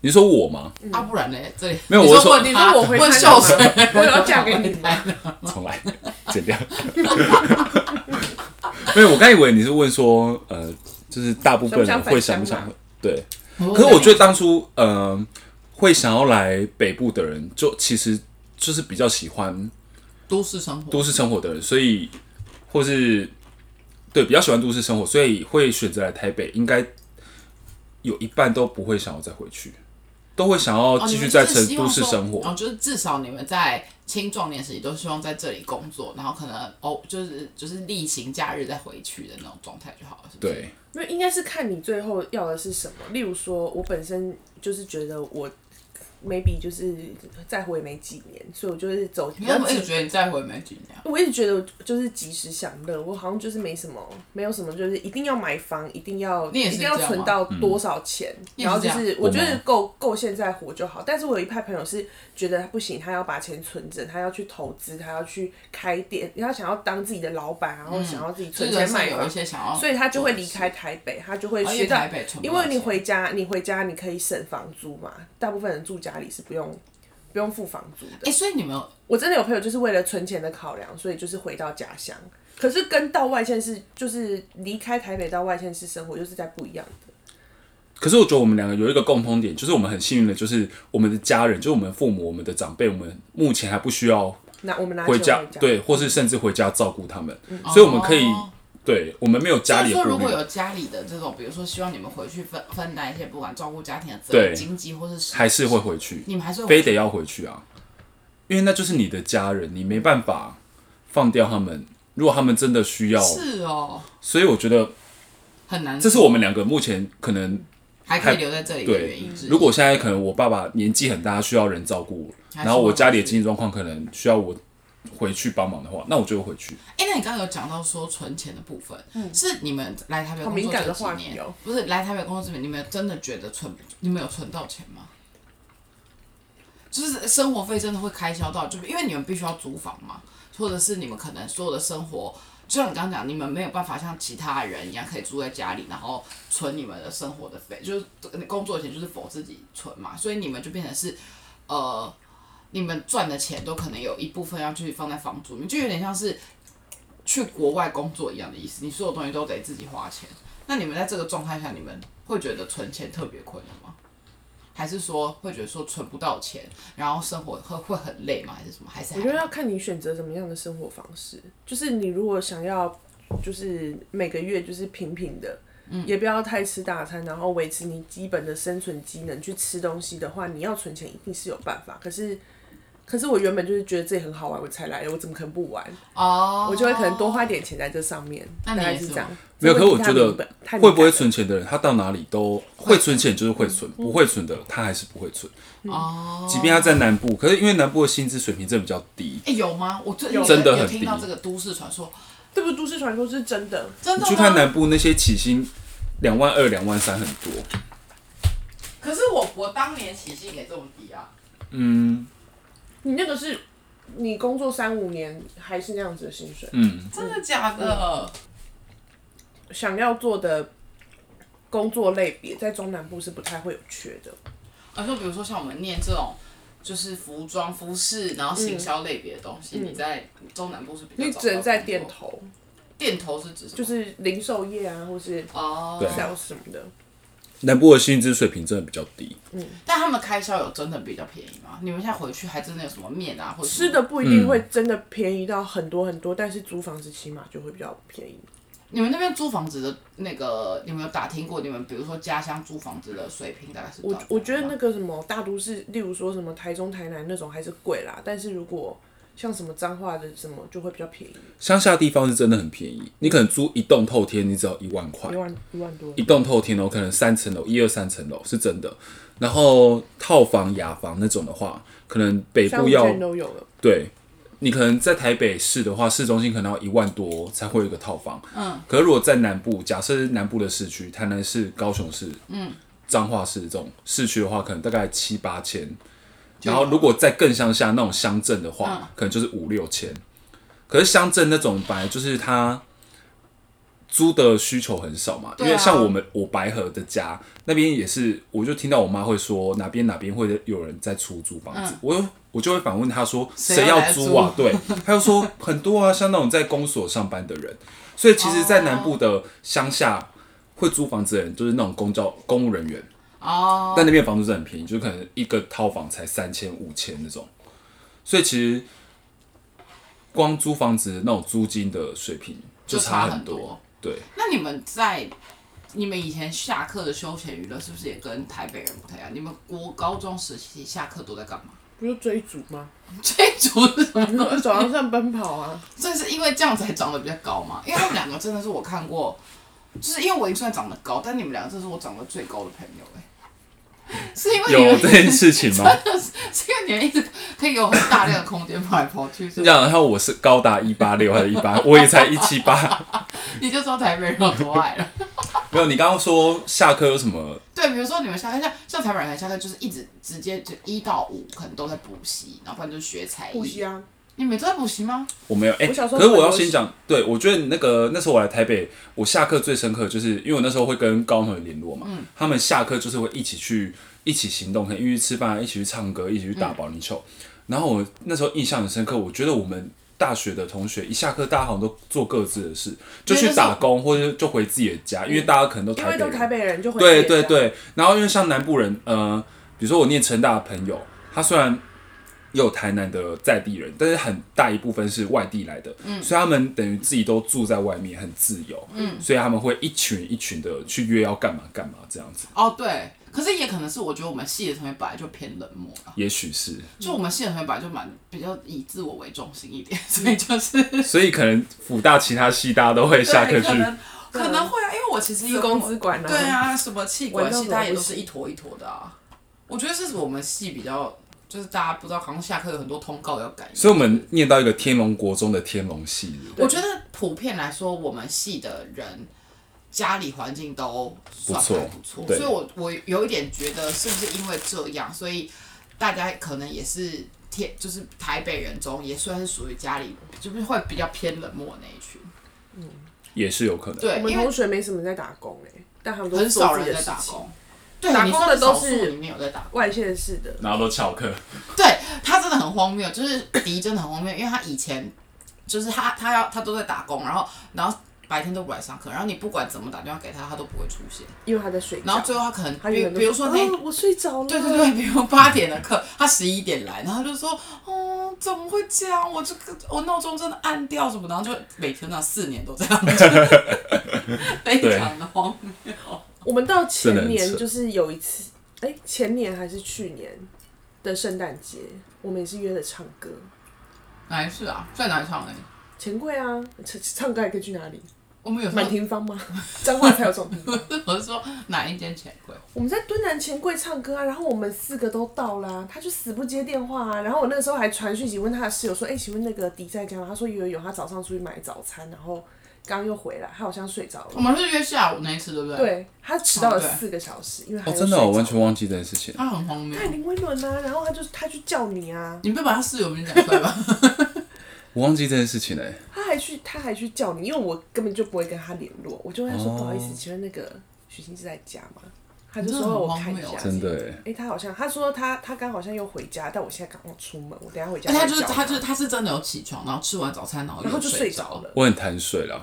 [SPEAKER 2] 你说我吗？
[SPEAKER 3] 啊，不然嘞，这里
[SPEAKER 2] 没有
[SPEAKER 3] 你
[SPEAKER 2] 我
[SPEAKER 3] 说
[SPEAKER 2] 说
[SPEAKER 3] 问
[SPEAKER 1] 你
[SPEAKER 3] 他
[SPEAKER 1] 说我回
[SPEAKER 3] 问
[SPEAKER 1] 台
[SPEAKER 3] 秀
[SPEAKER 1] 南
[SPEAKER 3] 水，
[SPEAKER 1] 我要嫁给你吗？
[SPEAKER 2] 重来， 剪掉。没有，我刚以为你是问说，呃，就是大部分人会想不
[SPEAKER 1] 想
[SPEAKER 2] 想
[SPEAKER 1] 不想返乡啊
[SPEAKER 2] 对，
[SPEAKER 3] 可
[SPEAKER 2] 可是我觉得当初，呃，会想要来北部的人，就其实就是比较喜欢
[SPEAKER 3] 都市生活
[SPEAKER 2] 都市生活的人，所以或是对比较喜欢都市生活，所以会选择来台北，应该有一半都不会想要再回去，都会想要
[SPEAKER 3] 哦
[SPEAKER 2] 继
[SPEAKER 3] 你
[SPEAKER 2] 续
[SPEAKER 3] 们
[SPEAKER 2] 在
[SPEAKER 3] 就是
[SPEAKER 2] 城
[SPEAKER 3] 希
[SPEAKER 2] 都
[SPEAKER 3] 望
[SPEAKER 2] 市
[SPEAKER 3] 说
[SPEAKER 2] 生活。
[SPEAKER 3] 哦，就是至少你们在青壮年时期都希望在这里工作，然后可能哦，就是就是例行假日再回去的那种状态就好了，是不是？
[SPEAKER 2] 对，
[SPEAKER 1] 因为应该是看你最后要的是什么。例如说，我本身就是觉得我 maybe 就是再活也没几年，所以我就是走比
[SPEAKER 3] 你有
[SPEAKER 1] 较
[SPEAKER 3] 没有一直
[SPEAKER 1] 极。
[SPEAKER 3] 觉得你再回没几年？
[SPEAKER 1] 我一直觉得我就是及时享乐，我好像就是没什么，没有什么，就是一定要买房，一定要
[SPEAKER 3] 你也是
[SPEAKER 1] 一定要
[SPEAKER 3] 这样吗嗯
[SPEAKER 1] 存到多少钱，
[SPEAKER 3] 你也是
[SPEAKER 1] 然后就
[SPEAKER 3] 这
[SPEAKER 1] 是我觉
[SPEAKER 2] 我
[SPEAKER 1] 得
[SPEAKER 2] 吗
[SPEAKER 1] 够够现在活就好。但是我有一派朋友是觉得不行，他要把钱存着，他要去投资，他要去开店，他想要当自己的老板，然后想要自己
[SPEAKER 3] 就
[SPEAKER 1] 存
[SPEAKER 3] 嗯是人
[SPEAKER 1] 钱买
[SPEAKER 3] 生有一
[SPEAKER 1] 房，
[SPEAKER 3] 些想要，
[SPEAKER 1] 所以他就会离开台北，他就会
[SPEAKER 3] 而
[SPEAKER 1] 学
[SPEAKER 3] 且
[SPEAKER 1] 到
[SPEAKER 3] 哦台北存不
[SPEAKER 1] 因
[SPEAKER 3] 到钱，
[SPEAKER 1] 为你回家，你回家你可以省房租嘛，大部分人住家里是不用不用付房租的。
[SPEAKER 3] 哎，所以你们
[SPEAKER 2] 哦
[SPEAKER 3] 有
[SPEAKER 1] 我真的有朋友就是为了存钱的考量，所以就是回到家乡。可是跟到外县市，就是离开台北到外县市生活，又是在不一样的。
[SPEAKER 2] 可是我觉得我们两个有一个共通点，就是我们很幸运的，就是我们的家人，就是我们父母、我们的长辈，我们目前还不需要
[SPEAKER 1] 拿我们拿钱
[SPEAKER 2] 回
[SPEAKER 1] 家
[SPEAKER 2] 家，，对，或是甚至回家照顾他们，所以我们可以，
[SPEAKER 3] 哦
[SPEAKER 2] 对我们没有家
[SPEAKER 3] 就是
[SPEAKER 2] 里的
[SPEAKER 3] 说，如
[SPEAKER 2] 顾
[SPEAKER 3] 果
[SPEAKER 2] 虑，
[SPEAKER 3] 有家里的这种，比如说希望你们回去分分担一些，不管照顾家庭的责
[SPEAKER 2] 对
[SPEAKER 3] 任、经济或是
[SPEAKER 2] 还是会，回去，
[SPEAKER 3] 你们还是会
[SPEAKER 2] 非得要回去啊，因为那就是你的家人，你没办法放掉他们。如果他们真的需要，
[SPEAKER 3] 是哦，
[SPEAKER 2] 所以我觉得
[SPEAKER 3] 很难
[SPEAKER 2] 这
[SPEAKER 3] 说。
[SPEAKER 2] 是我们两个目前可能
[SPEAKER 3] 还可以留在这里的
[SPEAKER 2] 对
[SPEAKER 3] 原因之一。
[SPEAKER 2] 如果现在可能我爸爸年纪很大，需要人照顾，
[SPEAKER 3] 还是
[SPEAKER 2] 然后我家里的
[SPEAKER 3] 会回去
[SPEAKER 2] 经济状况可能需要我回去帮忙的话，那我就会回去。
[SPEAKER 3] 哎、那你刚刚有讲到说存钱的部分，是你们来台
[SPEAKER 1] 嗯
[SPEAKER 3] 北
[SPEAKER 1] 好
[SPEAKER 3] 工
[SPEAKER 1] 敏
[SPEAKER 3] 作
[SPEAKER 1] 感的
[SPEAKER 3] 这几
[SPEAKER 1] 话题
[SPEAKER 3] 年，
[SPEAKER 1] 哦
[SPEAKER 3] 不是来台北工作这几年，你们真的觉得存，你们有存到钱吗？就是生活费真的会开销到，就是因为你们必须要租房嘛，或者是你们可能所有的生活，就像你刚刚讲，你们没有办法像其他人一样可以住在家里，然后存你们的生活的费，就是工作的钱就是否自己存嘛，所以你们就变成是，呃，你们赚的钱都可能有一部分要去放在房租里面，就有点像是去国外工作一样的意思，你所有东西都得自己花钱。那你们在这个状态下，你们会觉得存钱特别困难吗？还是说会觉得说存不到钱，然后生活会会很累吗？还是什么？还是
[SPEAKER 1] 我觉得要看你选择怎么样的生活方式。就是你如果想要，就是每个月就是平平的，
[SPEAKER 3] 嗯
[SPEAKER 1] 也不要太吃大餐，然后维持你基本的生存机能去吃东西的话，你要存钱一定是有办法。可是，可是我原本就是觉得这里很好玩，我才来的，我怎么可能不玩？
[SPEAKER 3] 哦
[SPEAKER 1] 我就会可能多花点钱在这上面，
[SPEAKER 3] 那
[SPEAKER 1] 大
[SPEAKER 3] 你
[SPEAKER 1] 概
[SPEAKER 3] 也
[SPEAKER 1] 是
[SPEAKER 3] 是哦
[SPEAKER 1] 这样
[SPEAKER 3] 吗。
[SPEAKER 2] 没有，可
[SPEAKER 1] 这
[SPEAKER 2] 是
[SPEAKER 1] 个
[SPEAKER 2] 我
[SPEAKER 1] 题太
[SPEAKER 2] 觉
[SPEAKER 1] 敏
[SPEAKER 2] 得
[SPEAKER 1] 感太敏
[SPEAKER 2] 会不会
[SPEAKER 1] 感了
[SPEAKER 2] 存钱的人，他到哪里都会存钱，就是会存；
[SPEAKER 1] 嗯
[SPEAKER 2] 不会存的，他还是不会存。
[SPEAKER 3] 哦，
[SPEAKER 2] 即便他在南部，可是因为南部的薪资水平真的比较低，
[SPEAKER 3] 哎、有吗？我最
[SPEAKER 1] 有
[SPEAKER 2] 真的
[SPEAKER 3] 有
[SPEAKER 2] 很
[SPEAKER 3] 听
[SPEAKER 2] 低
[SPEAKER 3] 到这个都市传说，
[SPEAKER 1] 这不都市传说是真的，
[SPEAKER 3] 真
[SPEAKER 2] 你
[SPEAKER 3] 的
[SPEAKER 2] 去看
[SPEAKER 3] 吗
[SPEAKER 2] 南部那些起薪两万二、两万三很多。
[SPEAKER 3] 可是我我当年起薪也这么低啊，
[SPEAKER 2] 嗯
[SPEAKER 1] 你那个是你工作三五年还是那样子的薪水，
[SPEAKER 2] 嗯，
[SPEAKER 3] 真的假的？
[SPEAKER 1] 想要做的工作类别在中南部是不太会有缺的。
[SPEAKER 3] 啊，就比如说像我们念这种。就是服装、服饰，然后行销类别的东西，你在中南部是比较
[SPEAKER 1] 嗯你
[SPEAKER 3] 找不到
[SPEAKER 1] 只能在
[SPEAKER 3] 工作
[SPEAKER 1] 店，头，
[SPEAKER 3] 店头是指什么
[SPEAKER 1] 就是零售业啊，或是
[SPEAKER 3] 哦，
[SPEAKER 2] 对
[SPEAKER 1] sales 什么的。
[SPEAKER 2] 南部的薪资水平真的比较低。
[SPEAKER 3] 但他们开销有真的比较便宜吗？你们现在回去还真的有什么面啊，或者什么
[SPEAKER 1] 吃的？不一定会真的便宜到很多很多，但是租房子起码就会比较便宜。
[SPEAKER 3] 你们那边租房子的那个，你们有打听过？你们比如说家乡租房子的水平大概是多
[SPEAKER 1] 我
[SPEAKER 3] 少？
[SPEAKER 1] 我觉得那个什么大都市，例如说什么台中、台南那种还是贵啦，但是如果像什么彰化的什么就会比较便宜，
[SPEAKER 2] 乡下地方是真的很便宜，你可能租一栋透天，你只要一万块
[SPEAKER 1] 一。万一万多。
[SPEAKER 2] 一栋透天哦楼，可能三层楼，一二三层楼是真的。然后套房、雅房那种的话，可能北
[SPEAKER 1] 三
[SPEAKER 2] 部
[SPEAKER 1] 五
[SPEAKER 2] 要
[SPEAKER 1] 间都有了，
[SPEAKER 2] 对，你可能在台北市的话，市中心可能要一万多才会有一个套房。嗯，可是如果在南部，假设是南部的市区，台南市、高雄市，嗯，彰化市这种市区的话，可能大概七八千。然后如果再更乡下那种乡镇的
[SPEAKER 3] 嗯
[SPEAKER 2] 话，可能就是五六千。可是乡镇那种本来就是它租的需求很少嘛，因
[SPEAKER 3] 对啊
[SPEAKER 2] 为像我们我白河的家那边也是，我就听到我妈会说哪边哪边会有人在出租房
[SPEAKER 3] 嗯
[SPEAKER 2] 子，我就我就会反问她说
[SPEAKER 3] 谁
[SPEAKER 2] 谁
[SPEAKER 3] 要
[SPEAKER 2] 要
[SPEAKER 3] 来
[SPEAKER 2] 租啊？ 对，她就说很多啊，像那种在公所上班的人，所以其实，在南部的乡下会租房子的人，就是那种公教公务人员，
[SPEAKER 3] 哦，
[SPEAKER 2] 但那边房租是很便宜，就可能一个套房才三千五千那种，所以其实光租房子那种租金的水平
[SPEAKER 3] 就差
[SPEAKER 2] 差
[SPEAKER 3] 很
[SPEAKER 2] 多。
[SPEAKER 3] 多
[SPEAKER 2] 对，
[SPEAKER 3] 那你们在你们以前下课的休闲娱乐是不是也跟台北人不太一样？你们国高中时期下课都在干嘛？
[SPEAKER 1] 不是追逐 吗？
[SPEAKER 3] 追逐是什么？
[SPEAKER 1] 走廊上奔跑啊，
[SPEAKER 3] 所以是因为这样才长得比较高嘛？因为他们两个真的是我 看过，就是因为我已经算长得高，但你们两个真的是我长得最高的朋友哎、 是因为你
[SPEAKER 2] 有
[SPEAKER 3] 们
[SPEAKER 2] 这件事情吗？
[SPEAKER 3] 是因为你们一直可以有大量的空间跑来跑去，是吧
[SPEAKER 2] 然后我是高达一八六还是一八，我也才一七 八。
[SPEAKER 3] 你就知道台北人有多爱了。
[SPEAKER 2] 没有，你刚刚说下课有什么？
[SPEAKER 3] 对，比如说你们下课，像像台北人下课就是一直直接就一到五可能都在补习，然后不然就是学才
[SPEAKER 1] 补习
[SPEAKER 3] 艺。
[SPEAKER 1] 啊，
[SPEAKER 3] 你们都在补习吗？
[SPEAKER 2] 我没有哎、
[SPEAKER 1] 我小时候
[SPEAKER 2] 可是我要
[SPEAKER 1] 很多
[SPEAKER 2] 先讲，对我觉得那个那时候我来台北，我下课最深刻就是因为我那时候会跟高中同学联络嘛，
[SPEAKER 1] 嗯
[SPEAKER 2] 他们下课就是会一起去一起行动，可能一起去吃饭，一起去唱歌，一起去
[SPEAKER 1] 嗯
[SPEAKER 2] 打保龄球。然后我那时候印象很深刻，我觉得我们大学的同学一下课，大家好像都做各自的事，就
[SPEAKER 3] 因
[SPEAKER 2] 去
[SPEAKER 3] 为那时候
[SPEAKER 2] 打工或者就回自己的家，因为大家可能都
[SPEAKER 1] 嗯因
[SPEAKER 2] 台
[SPEAKER 1] 为
[SPEAKER 2] 北
[SPEAKER 1] 都
[SPEAKER 2] 人
[SPEAKER 1] 台北人就回
[SPEAKER 2] 对
[SPEAKER 1] 自己的
[SPEAKER 2] 对
[SPEAKER 1] 家，
[SPEAKER 2] 对，然后因为像南部人，呃，比如说我念成大的朋友，他虽然也有台南的在地人，但是很大一部分是外地来的，
[SPEAKER 3] 嗯
[SPEAKER 2] 所以他们等于自己都住在外面，很自由，所以他们会一群一群的去约要干嘛干嘛这样子，
[SPEAKER 3] 哦，对。可是也可能是我觉得我们系的同学本来就偏冷漠啊，
[SPEAKER 2] 也许是，
[SPEAKER 3] 就我们系的同学本来就蛮比较以自我为中心一点， 所以就是
[SPEAKER 2] 所以可能辅大其他系大家都会下课
[SPEAKER 3] 对可
[SPEAKER 2] 去，
[SPEAKER 3] 能可能会啊，因为我其实
[SPEAKER 1] 资
[SPEAKER 3] 有
[SPEAKER 1] 工资管啊，
[SPEAKER 3] 对，啊，什么气管
[SPEAKER 1] 闻
[SPEAKER 3] 系，
[SPEAKER 1] 到
[SPEAKER 3] 它
[SPEAKER 1] 我
[SPEAKER 3] 也
[SPEAKER 1] 不
[SPEAKER 3] 都是一坨一坨的啊。我觉得是我们系比较，就是大家不知道，好像下课有很多通告要改。
[SPEAKER 2] 所以我们念到一个天龙国中的天龙系，
[SPEAKER 3] 我觉得普遍来说，我们系的人家里环境都算还不错，
[SPEAKER 2] 对
[SPEAKER 3] 所以我我有一点觉得，是不是因为这样，所以大家可能也是天，就是台北人中也算是属于家里，就是会比较偏冷漠那一群。
[SPEAKER 2] 也是有可能，
[SPEAKER 1] 我
[SPEAKER 3] 对，
[SPEAKER 1] 们
[SPEAKER 3] 因为
[SPEAKER 1] 同学没什么在打工哎、但他们都
[SPEAKER 3] 很
[SPEAKER 1] 做
[SPEAKER 3] 少
[SPEAKER 1] 自己
[SPEAKER 3] 人
[SPEAKER 1] 的
[SPEAKER 3] 在
[SPEAKER 1] 事
[SPEAKER 3] 打
[SPEAKER 1] 情，
[SPEAKER 3] 工。对，
[SPEAKER 1] 打
[SPEAKER 3] 你
[SPEAKER 1] 工
[SPEAKER 3] 算
[SPEAKER 1] 的都
[SPEAKER 3] 少数
[SPEAKER 1] 是
[SPEAKER 3] 里面有在打工。
[SPEAKER 1] 外县市的，
[SPEAKER 2] 然后都翘课，
[SPEAKER 3] 对他真的很荒谬，就是迪真的很荒谬，因为他以前就是他他要他都在打工，然后然后白天都不来上课，然后你不管怎么打电话给他，他都不会出现。
[SPEAKER 1] 因为他在睡觉，
[SPEAKER 3] 然后最后他可能
[SPEAKER 1] 他
[SPEAKER 3] 比
[SPEAKER 1] 原本
[SPEAKER 3] 比如说那、
[SPEAKER 1] 啊、我睡着了，
[SPEAKER 3] 对对对，比如八点的课，他十一点来，然后他就说哦怎么会这样？我这个我闹钟真的按掉什么，然后就每天那四年都这样，就是非常的荒谬。
[SPEAKER 1] 我们到
[SPEAKER 2] 真
[SPEAKER 1] 前
[SPEAKER 2] 的很
[SPEAKER 1] 年
[SPEAKER 2] 扯
[SPEAKER 1] 就是有一次，哎、前年还是去年的圣诞节，我们也是约了唱歌。
[SPEAKER 3] 哪一次啊？在哪一场呢？
[SPEAKER 1] 钱柜啊，唱唱歌还可以去哪里？
[SPEAKER 3] 我们有时候
[SPEAKER 1] 满庭芳 吗？彰化才有这种地方。
[SPEAKER 3] 我是说哪一间钱柜？
[SPEAKER 1] 我们在敦南钱柜唱歌啊，然后我们四个都到啦、他就死不接电话啊。然后我那个时候还传讯息问他的室友说：“哎、请问那个迪在家吗？”他说：“有有有，他早上出去买早餐，然后刚又回来，他好像睡着
[SPEAKER 3] 我
[SPEAKER 1] 了。
[SPEAKER 3] 们是约下午那一次，对不对？”
[SPEAKER 1] 对他迟到了
[SPEAKER 3] 哦对
[SPEAKER 1] 四个小时，因为他
[SPEAKER 2] 哦，
[SPEAKER 1] 又
[SPEAKER 2] 真的哦、我
[SPEAKER 1] 睡
[SPEAKER 2] 完
[SPEAKER 1] 着
[SPEAKER 2] 全忘记这件事情，
[SPEAKER 3] 他很荒谬
[SPEAKER 1] 他。很林温伦啊，然后他就他去叫你啊，
[SPEAKER 3] 你不要把他室友名讲出 来吧？
[SPEAKER 2] 我忘记这件事情嘞、欸
[SPEAKER 1] 他还去他还去叫你，因为我根本就不会跟他联络，我就问他说、
[SPEAKER 2] 哦
[SPEAKER 1] 不好意思，请问那个许昕是在家吗？他就
[SPEAKER 3] 真的
[SPEAKER 1] 说哦
[SPEAKER 3] 很
[SPEAKER 1] 我
[SPEAKER 3] 荒
[SPEAKER 1] 看一
[SPEAKER 3] 谬
[SPEAKER 1] 下，
[SPEAKER 2] 真的、欸。
[SPEAKER 1] 哎、他好像他说他他刚好像又回家，但我现在刚刚出门，我等一下回家
[SPEAKER 3] 而且
[SPEAKER 1] 再
[SPEAKER 3] 他
[SPEAKER 1] 叫。
[SPEAKER 3] 就是他就是他是真的有起床，然后吃完早餐，然后
[SPEAKER 1] 然后
[SPEAKER 3] 又
[SPEAKER 1] 就睡
[SPEAKER 3] 着
[SPEAKER 1] 着。了。
[SPEAKER 2] 我很贪睡啦，